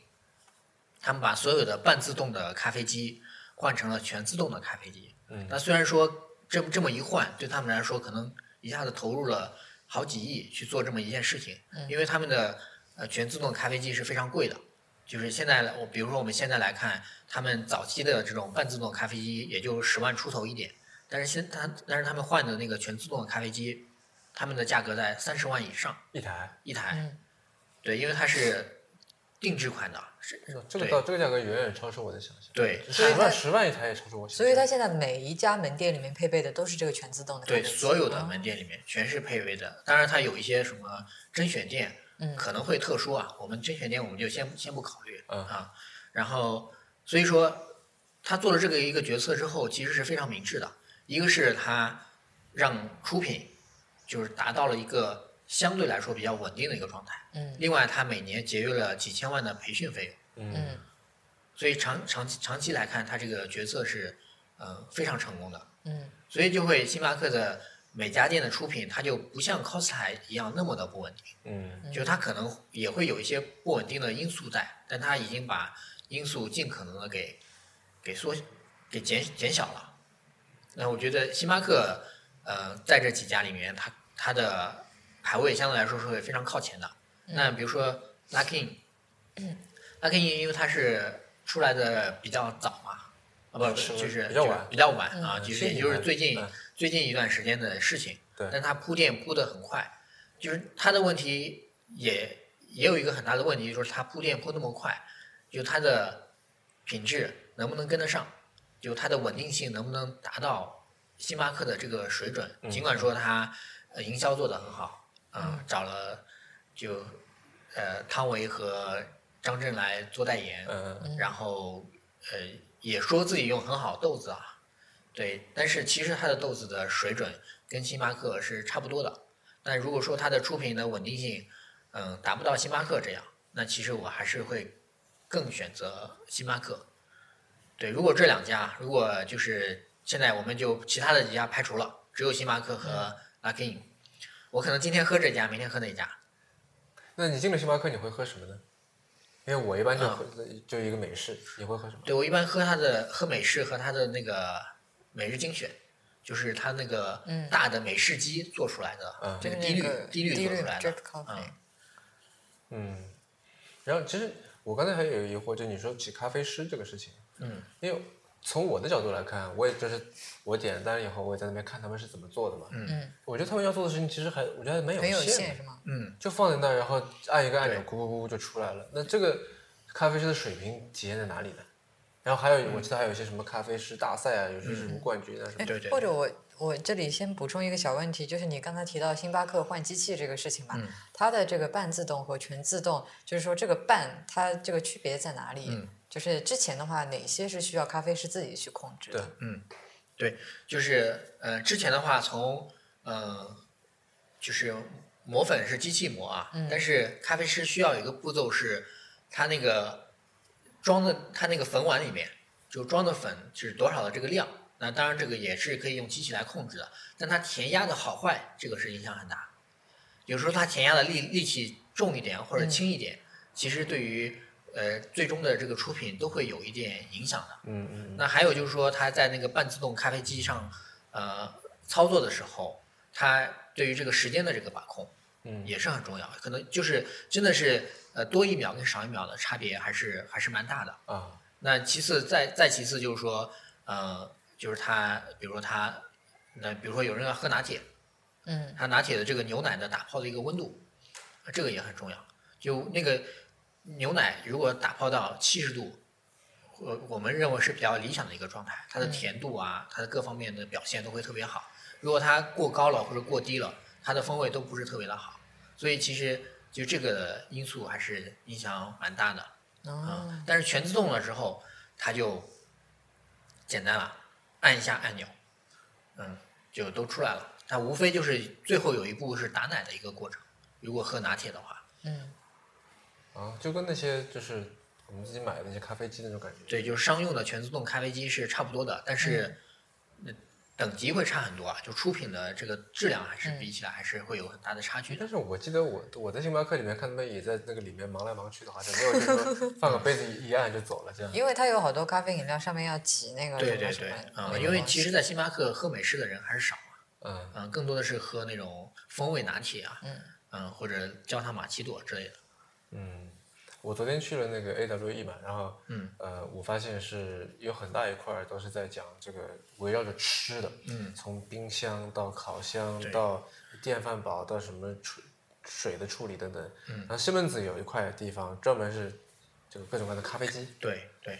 他们把所有的半自动的咖啡机换成了全自动的咖啡机。
嗯
那虽然说这么这么一换，对他们来说可能一下子投入了好几亿去做这么一件事情，因为他们的呃全自动咖啡机是非常贵的。就是现在来，我比如说我们现在来看，他们早期的这种半自动咖啡机也就十万出头一点，但是现他但是他们换的那个全自动的咖啡机，他们的价格在三十万以上
一台，
一台。
嗯
对，因为它是定制款的，是
这个到这个价格远远超出我的想象。
对
十
所以它
万十万一台也超出我想象。
所以它现在每一家门店里面配备的都是这个全自动的咖啡
对，
机。
所有的门店里面全是配备的。当然，它有一些什么甄选店，
嗯
可能会特殊啊。我们甄选店我们就先先不考虑，
嗯
啊。然后，所以说他做了这个一个决策之后，其实是非常明智的。一个是他让出品就是达到了一个相对来说比较稳定的一个状态。
嗯
另外，它每年节约了几千万的培训费用，
嗯
嗯
所以长长期长期来看，它这个决策是呃非常成功的。
嗯
所以就会星巴克的每家店的出品，它就不像 Costa 一样那么的不稳定。
嗯
就它可能也会有一些不稳定的因素在，但它已经把因素尽可能的给给缩给减减小了。那我觉得星巴克，呃，在这几家里面，它它的排位相对来说是会非常靠前的。那比如说 Luckin，l u c k i n 因为它是出来的比较早嘛，啊不，
是
就是
比较
就是
晚
比较晚啊，
嗯
其
是
实也就是
的
最近
嗯
最近一段时间的事情。
对
但它铺垫铺的很快，就是它的问题也也有一个很大的问题，就是它铺垫铺那么快，就它的品质能不能跟得上，就它的稳定性能不能达到星巴克的这个水准？
嗯
尽管说它呃营销做得很好，啊、
嗯
找了就呃汤唯和张震来做代言，
嗯
然后呃也说自己用很好豆子啊，对，但是其实它的豆子的水准跟星巴克是差不多的。那如果说它的出品的稳定性，嗯、达不到星巴克这样，那其实我还是会更选择星巴克。对，如果这两家，如果就是现在我们就其他的几家排除了，只有星巴克和 Luckin，、我可能今天喝这家，明天喝那家。
那你进了星巴克你会喝什么呢？因为我一般
嗯
就喝就一个美式，你会喝什么？
对我一般喝它的喝美式和它的那个每日精选，就是它那个
嗯
大的美式机做出来的，
嗯
这
就是
个低
那
滤、
个
低滤
低
做
滤
出来
drip
的，
coffee，
嗯，然后其实我刚才还有疑惑，就你说起咖啡师这个事情，
嗯，
因为从我的角度来看，我也就是我点单以后，我也在那边看他们是怎么做的嘛。
嗯，
我觉得他们要做的事情其实还我觉得还蛮
很有
限
限
的，
是吗？
嗯，
就放在那儿，然后按一个按钮，
对
咕咕咕咕就出来了。那这个咖啡师的水平体现在哪里呢？然后还有，我记得还有一些什么咖啡师大赛啊，有些什么冠军啊什么
哎
的。
对对
或者我我这里先补充一个小问题，就是你刚才提到星巴克换机器这个事情嘛，
嗯
它的这个半自动和全自动，就是说这个半它这个区别在哪里？
嗯
就是之前的话，哪些是需要咖啡师自己去控制的？
就是呃之前的话从呃就是磨粉是机器磨啊，但是咖啡师需要有一个步骤是，它那个装的它那个粉碗里面就装的粉是多少的这个量，那当然这个也是可以用机器来控制的，但它填压的好坏这个是影响很大。有时候它填压的力力气重一点或者轻一点，其实对于呃最终的这个出品都会有一点影响的。
嗯嗯
那还有就是说，它在那个半自动咖啡机上，呃，操作的时候，它对于这个时间的这个把控
嗯
也是很重要的。可能就是真的是，呃，多一秒跟少一秒的差别还是还是蛮大的。
嗯啊，
那其次再再其次就是说，呃，就是它，比如说它，那比如说有人要喝拿铁，
嗯
它拿铁的这个牛奶的打泡的一个温度，呃这个也很重要。就那个牛奶如果打泡到七十度，我我们认为是比较理想的一个状态，它的甜度啊，它的各方面的表现都会特别好。如果它过高了或者过低了，它的风味都不是特别的好。所以其实就这个因素还是影响蛮大的啊、
哦
但是全自动了之后，它就简单了，按一下按钮，嗯，就都出来了。它无非就是最后有一步是打奶的一个过程。如果喝拿铁的话，
嗯
啊，就跟那些就是我们自己买的那些咖啡机那种感觉。
对，就是商用的全自动咖啡机是差不多的，但是呃等级会差很多啊。就出品的这个质量还是比起来还是会有很大的差距的。
但是我记得我我在星巴克里面看他们也在那个里面忙来忙去的，好像没有就是 说放个杯子一一按就走了这样。
因为它有好多咖啡饮料上面要挤那个
对
什
对
么什
对
么，
啊、
那个
因为
东
其
西
实，在星巴克喝美式的人还是少嘛，
嗯，
嗯、更多的是喝那种风味拿铁啊，
嗯
嗯或者焦糖玛奇朵之类的。
嗯，我昨天去了那个 AWE 嘛，然后
嗯
呃，我发现是有很大一块儿都是在讲这个围绕着吃的，
嗯
从冰箱到烤箱
对
到电饭煲到什么处水的处理等等。
嗯
然后西门子有一块地方专门是这个各种各样的咖啡机，
对对，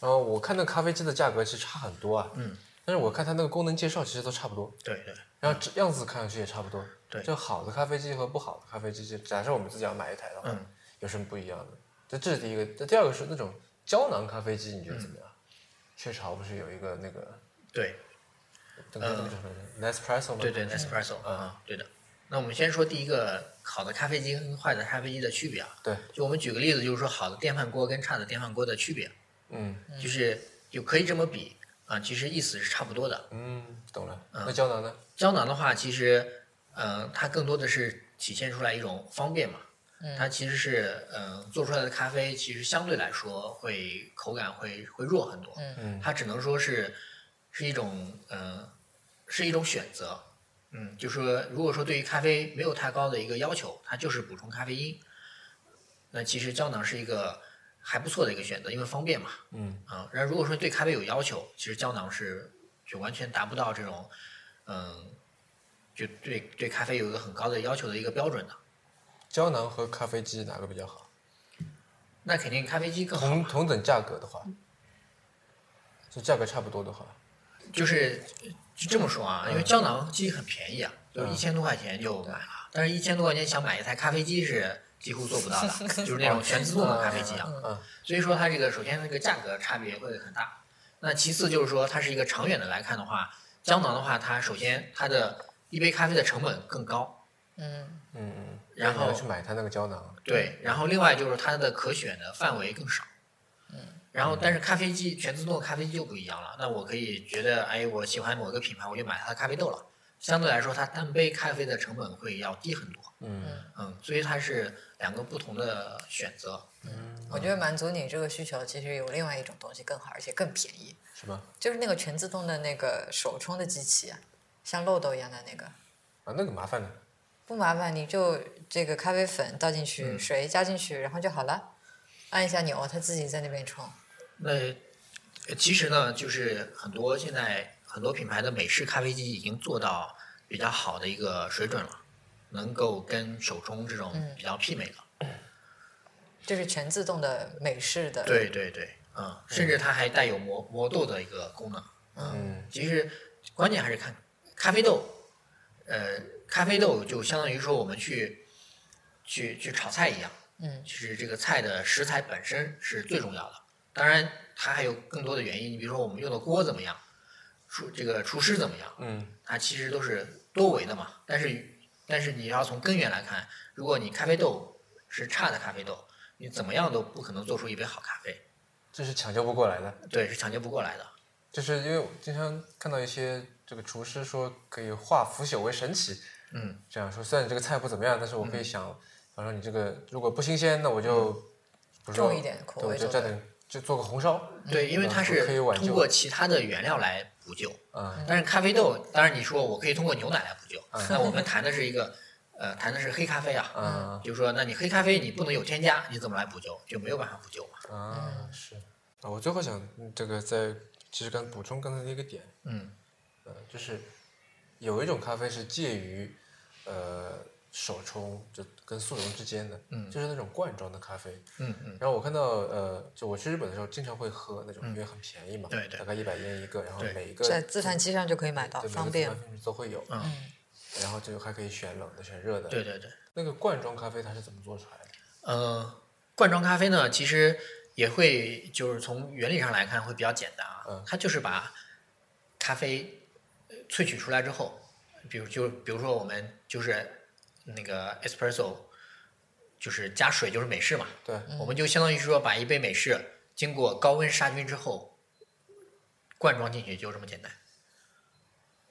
然后我看那个咖啡机的价格其实差很多啊，
嗯
但是我看它那个功能介绍其实都差不多，
对对。
然后这样子看上去也差不多。
对
就好的咖啡机和不好的咖啡机，就假设我们自己要买一台的话，
嗯
有什么不一样的？这这是第一个。这第二个是那种胶囊咖啡机，你觉得怎么样？雀巢不是有一个那个
对，
等开怎么讲？Nespresso 吗？
嗯对对，Nespresso 啊、
嗯
对的。那我们先说第一个，好的咖啡机跟坏的咖啡机的区别啊。
对，
就我们举个例子，就是说好的电饭锅跟差的电饭锅的区别，
嗯
就是就可以这么比啊，其实意思是差不多的。
嗯，懂了。那胶囊呢？
胶囊的话，其实呃，它更多的是体现出来一种方便嘛。它其实是呃做出来的咖啡，其实相对来说会口感会会弱很多。
嗯
嗯
它只能说是是一种呃是一种选择。嗯，就说如果说对于咖啡没有太高的一个要求，它就是补充咖啡因，那其实胶囊是一个还不错的一个选择，因为方便嘛。
嗯
啊，然后如果说对咖啡有要求，其实胶囊是就完全达不到这种，嗯，就对对咖啡有一个很高的要求的一个标准的。
胶囊和咖啡机哪个比较好？
那肯定咖啡机更好
同
嘛，
同等价格的话，就价格差不多的话，
就是就这么说啊，因
嗯
为胶囊机很便宜啊，就一千多块钱就买了，但是一千多块钱想买一台咖啡机是几乎做不到的， 就是那种全自动的咖啡机啊。
嗯
所以说它这个首先这个价格差别会很大，那其次就是说它是一个长远的来看的话，胶囊的话，它首先它的一杯咖啡的成本更高，
嗯
嗯嗯，那
然
你要
后
去买它那个胶囊，
对，然后另外就是它的可选的范围更少，嗯，然后但是咖啡机全自动的咖啡机就不一样了，那我可以觉得哎，我喜欢某个品牌，我就买它的咖啡豆了，相对来说它单杯咖啡的成本会要低很多，
嗯
嗯，所以它是两个不同的选择，
我觉得满足你这个需求，其实有另外一种东西更好，而且更便宜，
是吧？
就是那个全自动的那个手冲的机器啊，像漏斗一样的那个，
啊，那个麻烦的，
不麻烦，你就这个咖啡粉倒进去，
嗯
水加进去，然后就好了，按一下钮，它自己在那边冲。
那呃其实呢，就是很多现在很多品牌的美式咖啡机已经做到比较好的一个水准了，能够跟手冲这种比较媲美了。
这是全自动的美式的，
对对对，嗯，甚至它还带有磨磨豆的一个功能。
嗯
其实关键还是看咖啡豆，呃，咖啡豆就相当于说我们去去去炒菜一样，
嗯，
就是这个菜的食材本身是最重要的。当然，它还有更多的原因，你比如说我们用的锅怎么样，厨这个厨师怎么样，
嗯
它其实都是多维的嘛。但是但是你要从根源来看，如果你咖啡豆是差的咖啡豆，你怎么样都不可能做出一杯好咖啡，
这是抢救不过来的，
对，是抢救不过来的。
就是因为我经常看到一些这个厨师说可以化腐朽为神奇，
嗯，
这样说，虽然你这个菜不怎么样，但是我可以想，反正你这个如果不新鲜，那我就
嗯
不
重一点口
对，我
味
就
重
加
点
点，就做个红烧，
对，因为
嗯
它
不
是
可以挽
通
救
过其他的原料来补救。
嗯
但是咖啡豆，当然你说我可以通过牛奶来补救，
嗯
那我们谈的是一个，呃，谈的是黑咖啡啊，
嗯
就是说，那你黑咖啡你不能有添加，你怎么来补救？就没有办法补救嘛。
嗯
啊是啊，我最后想嗯这个再其实刚补充刚才的一个点，
嗯
呃，就是有一种咖啡是介于呃手冲就跟速溶之间的，
嗯
就是那种罐装的咖啡。
嗯嗯，
然后我看到呃，就我去日本的时候经常会喝那种，
嗯
因为很便宜嘛，
对对
大概一百烟一个，然后
对
每一个
在自贩机上就可以买
对
到，
每个
方
自
便
贩。分都会有，
嗯
然后就还可以选冷的、选热的。
对，对对，
那个罐装咖啡它是怎么做出来的？
呃，罐装咖啡呢，其实也会就是从原理上来看会比较简单啊
嗯，
它就是把咖啡呃萃取出来之后，比如就比如说我们就是那个 espresso，就是加水就是美式嘛，
对，嗯
我们就相当于说把一杯美式经过高温杀菌之后灌装进去，就这么简单。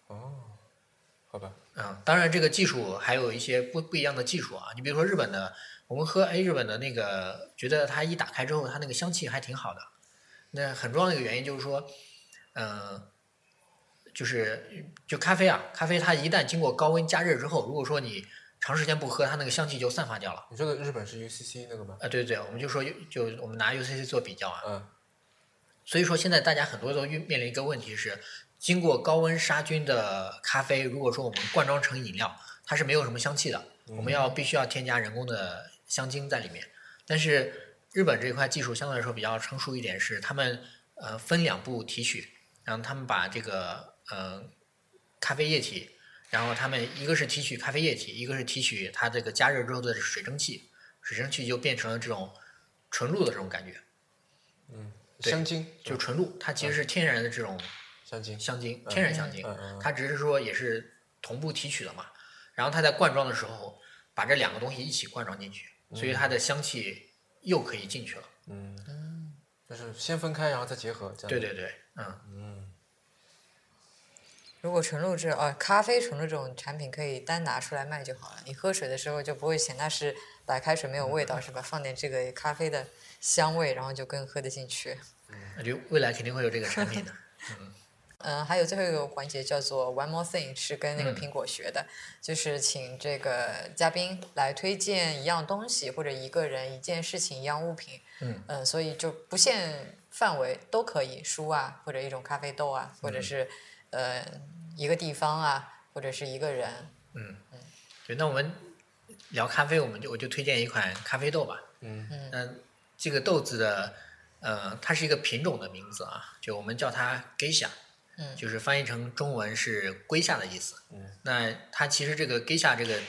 哦，好吧，
嗯，当然这个技术还有一些不不一样的技术啊，你比如说日本的，我们喝哎日本的那个，觉得它一打开之后，它那个香气还挺好的。那很重要的一个原因就是说，嗯、就是就咖啡啊，咖啡它一旦经过高温加热之后，如果说你长时间不喝，它那个香气就散发掉了。
你说的日本是 UCC 那个吗
啊、？对对对，我们就说就我们拿 UCC 做比较啊，
嗯
所以说，现在大家很多都遇面临一个问题是，经过高温杀菌的咖啡，如果说我们灌装成饮料，它是没有什么香气的，我们要必须要添加人工的香精在里面。但是日本这一块技术相对来说比较成熟一点，是他们呃分两步提取，然后他们把这个呃咖啡液体，然后他们一个是提取咖啡液体，一个是提取它这个加热之后的水蒸气，水蒸气就变成了这种纯露的这种感觉。
嗯，
对
香精
就纯露，它其实是天然的这种
香精，
香精，
嗯
天然香精，
嗯嗯
它只是说也是同步提取的嘛。然后它在灌装的时候，把这两个东西一起灌装进去，所以它的香气又可以进去了。
嗯，就是先分开，然后再结合，这样
对对对，嗯，
如果纯露这哦，咖啡纯露这种产品可以单拿出来卖就好了。你喝水的时候就不会嫌它是白开水没有味道，是吧？放点这个咖啡的香味，然后就更喝得进去。
嗯
我觉得未来肯定会有这个产品的。
嗯，还有最后一个环节叫做 One More Thing，是跟那个
嗯
苹果学的，就是请这个嘉宾来推荐一样东西或者一个人、一件事情、一样物品。呃
嗯
所以就不限范围都可以，书啊，或者一种咖啡豆啊，
嗯
或者是、呃一个地方啊，或者是一个人。
对，那我们聊咖啡，我们就我就推荐一款咖啡豆吧。
嗯
嗯，那这个豆子的，呃，它是一个品种的名字啊，就我们叫它 geisha，
嗯
就是翻译成中文是龟下的意思。
嗯，
那它其实这个 geisha 这个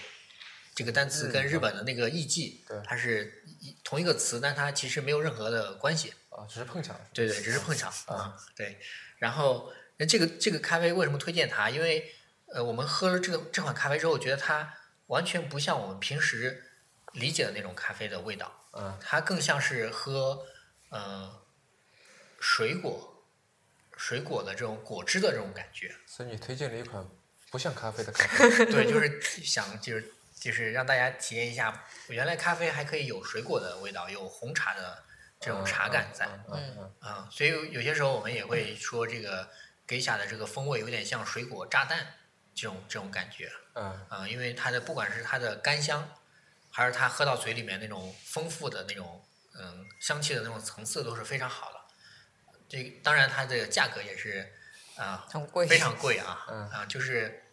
这个单词跟
日
日本的那个艺妓，
对
它是一同一个词，但它其实没有任何的关系。
啊，只是碰巧，
对对，只是碰巧啊、对，然后那这个这个咖啡为什么推荐它？因为呃，我们喝了这个这款咖啡之后，觉得它完全不像我们平时理解的那种咖啡的味道，
嗯
它更像是喝呃水果水果的这种果汁的这种感 觉。
所以你推荐了一款不像咖啡的咖啡，
对，就是想就是就是让大家体验一下，原来咖啡还可以有水果的味道，有红茶的这种茶感在。
嗯嗯嗯
啊、所以有有些时候我们也会说这个给下的这个风味有点像水果炸弹这种这种感觉
嗯
啊、因为它的不管是它的干香，还是它喝到嘴里面那种丰富的那种嗯香气的那种层次都是非常好的。这个当然它的价格也是啊、
很贵，
非常贵啊啊、
嗯
就是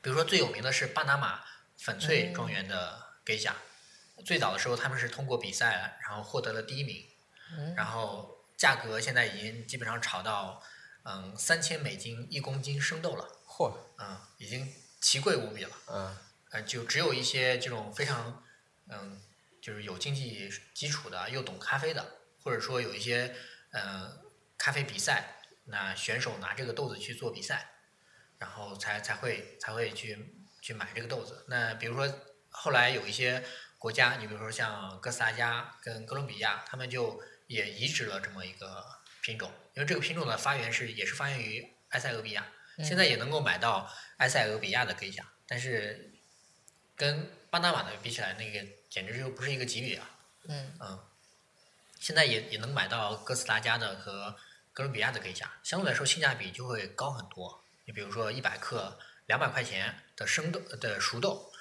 比如说最有名的是巴拿马翡翠庄园的给下，最早的时候他们是通过比赛然后获得了第一名。
嗯
然后价格现在已经基本上炒到嗯三千美金一公斤生豆了，
嚯，
嗯，已经奇贵无比了。
嗯
呃，就只有一些这种非常嗯，就是有经济基础的，又懂咖啡的，或者说有一些呃咖啡比赛，那选手拿这个豆子去做比赛，然后才才会才会去去买这个豆子。那比如说后来有一些国家，你比如说像哥斯达加跟哥伦比亚，他们就也移植了这么一个品种，因为这个品种的发源是也是发源于埃塞俄比亚，现在也能够买到埃塞俄比亚的cây 下，但是跟巴拿马的比起来，那个简直就不是一个级别啊。
嗯
现在也也能买到哥斯达加的和哥伦比亚的cây 下，相对来说性价比就会高很多。你比如说一百克两百块钱的生豆的熟豆，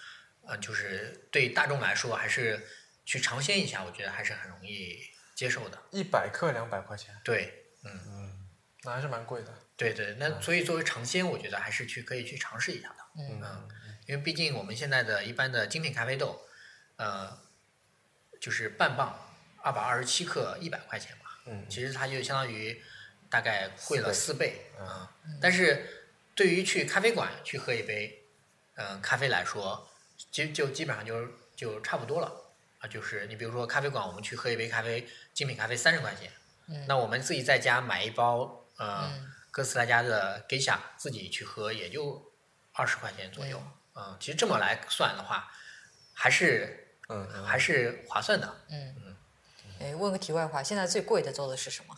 嗯、就是对大众来说还是去尝鲜一下，我觉得还是很容易接受的。
一百克两百块钱，
对，嗯。
那还是蛮贵的，
对对，那所以作为尝鲜，我觉得还是去可以去尝试一下的，
嗯
因为毕竟我们现在的一般的精品咖啡豆，呃，就是半磅二百二十七克一百块钱嘛，
嗯
其实它就相当于大概贵了四倍
嗯
啊、但是对于去咖啡馆去喝一杯，嗯、咖啡来说，就就基本上就就差不多了啊。就是你比如说咖啡馆，我们去喝一杯咖啡，精品咖啡三十块钱，
嗯
那我们自己在家买一包，呃，
嗯
哥斯达加的 g e i s h a 自己去喝也就二十块钱左右，嗯、其实这么来算的话，还是
嗯嗯
还是划算的，
嗯。哎，问个题外话，现在最贵的做的是什么？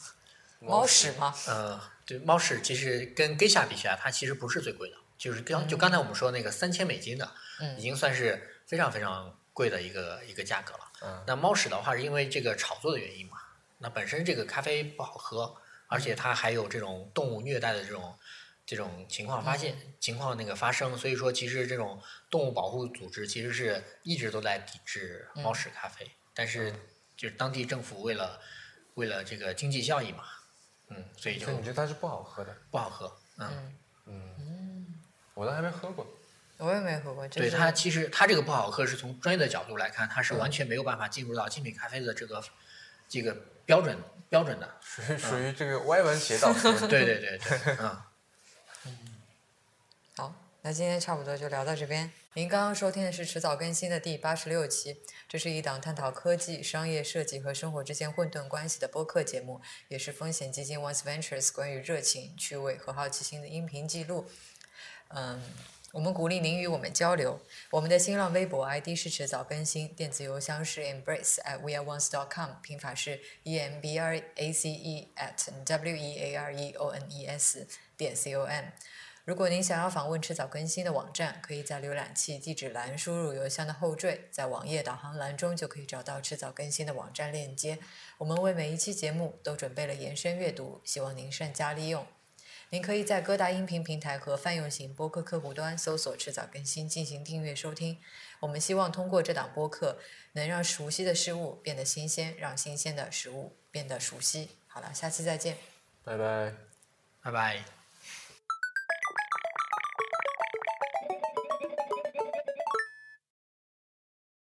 猫
猫
屎
屎吗？
呃，对，猫屎其实跟 g e i s h a 比起来，它其实不是最贵的，就是刚就刚才我们说那个三千美金的，
嗯
已经算是非常非常贵的一个一个价格了。
嗯
那猫屎的话，是因为这个炒作的原因嘛？那本身这个咖啡不好喝，而且它还有这种动物虐待的这种这种情况发现、情况那个发生，所以说其实这种动物保护组织其实是一直都在抵制猫屎咖啡，但是就是当地政府为了为了这个经济效益嘛，嗯，所以就
所以你觉得它是不好喝的？
不好喝，嗯
我都还没喝过，
我也没喝过，就
对
是
它其实它这个不好喝是从专业的角度来看，它是完全没有办法进入到精品咖啡的这个这个标准标准的。
属于属 于这个歪门邪道。
对对对对，嗯，
好，那今天差不多就聊到这边。您刚刚收听的是迟早更新的第八十六期，这是一档探讨科技、商业设计和生活之间混沌关系的播客节目，也是风险基金 Once Ventures 关于热情、趣味和好奇心的音频记录。嗯，我们鼓励您与我们交流。我们的新浪微博 ID 是迟早更新，电子邮箱是 embrace at weareones.com，拼法是 e m b r a c e at w e a r e o n e s 点 c o m。如果您想要访问迟早更新的网站，可以在浏览器地址栏输入邮箱的后缀，在网页导航栏中就可以找到迟早更新的网站链接。我们为每一期节目都准备了延伸阅读，希望您善加利用。您可以在各大音频平台和泛用型播客客户端搜索“迟早更新”进行订阅收听。我们希望通过这档播客，能让熟悉的事物变得新鲜，让新鲜的食物变得熟悉。好了，下期再见。
拜拜。
拜拜。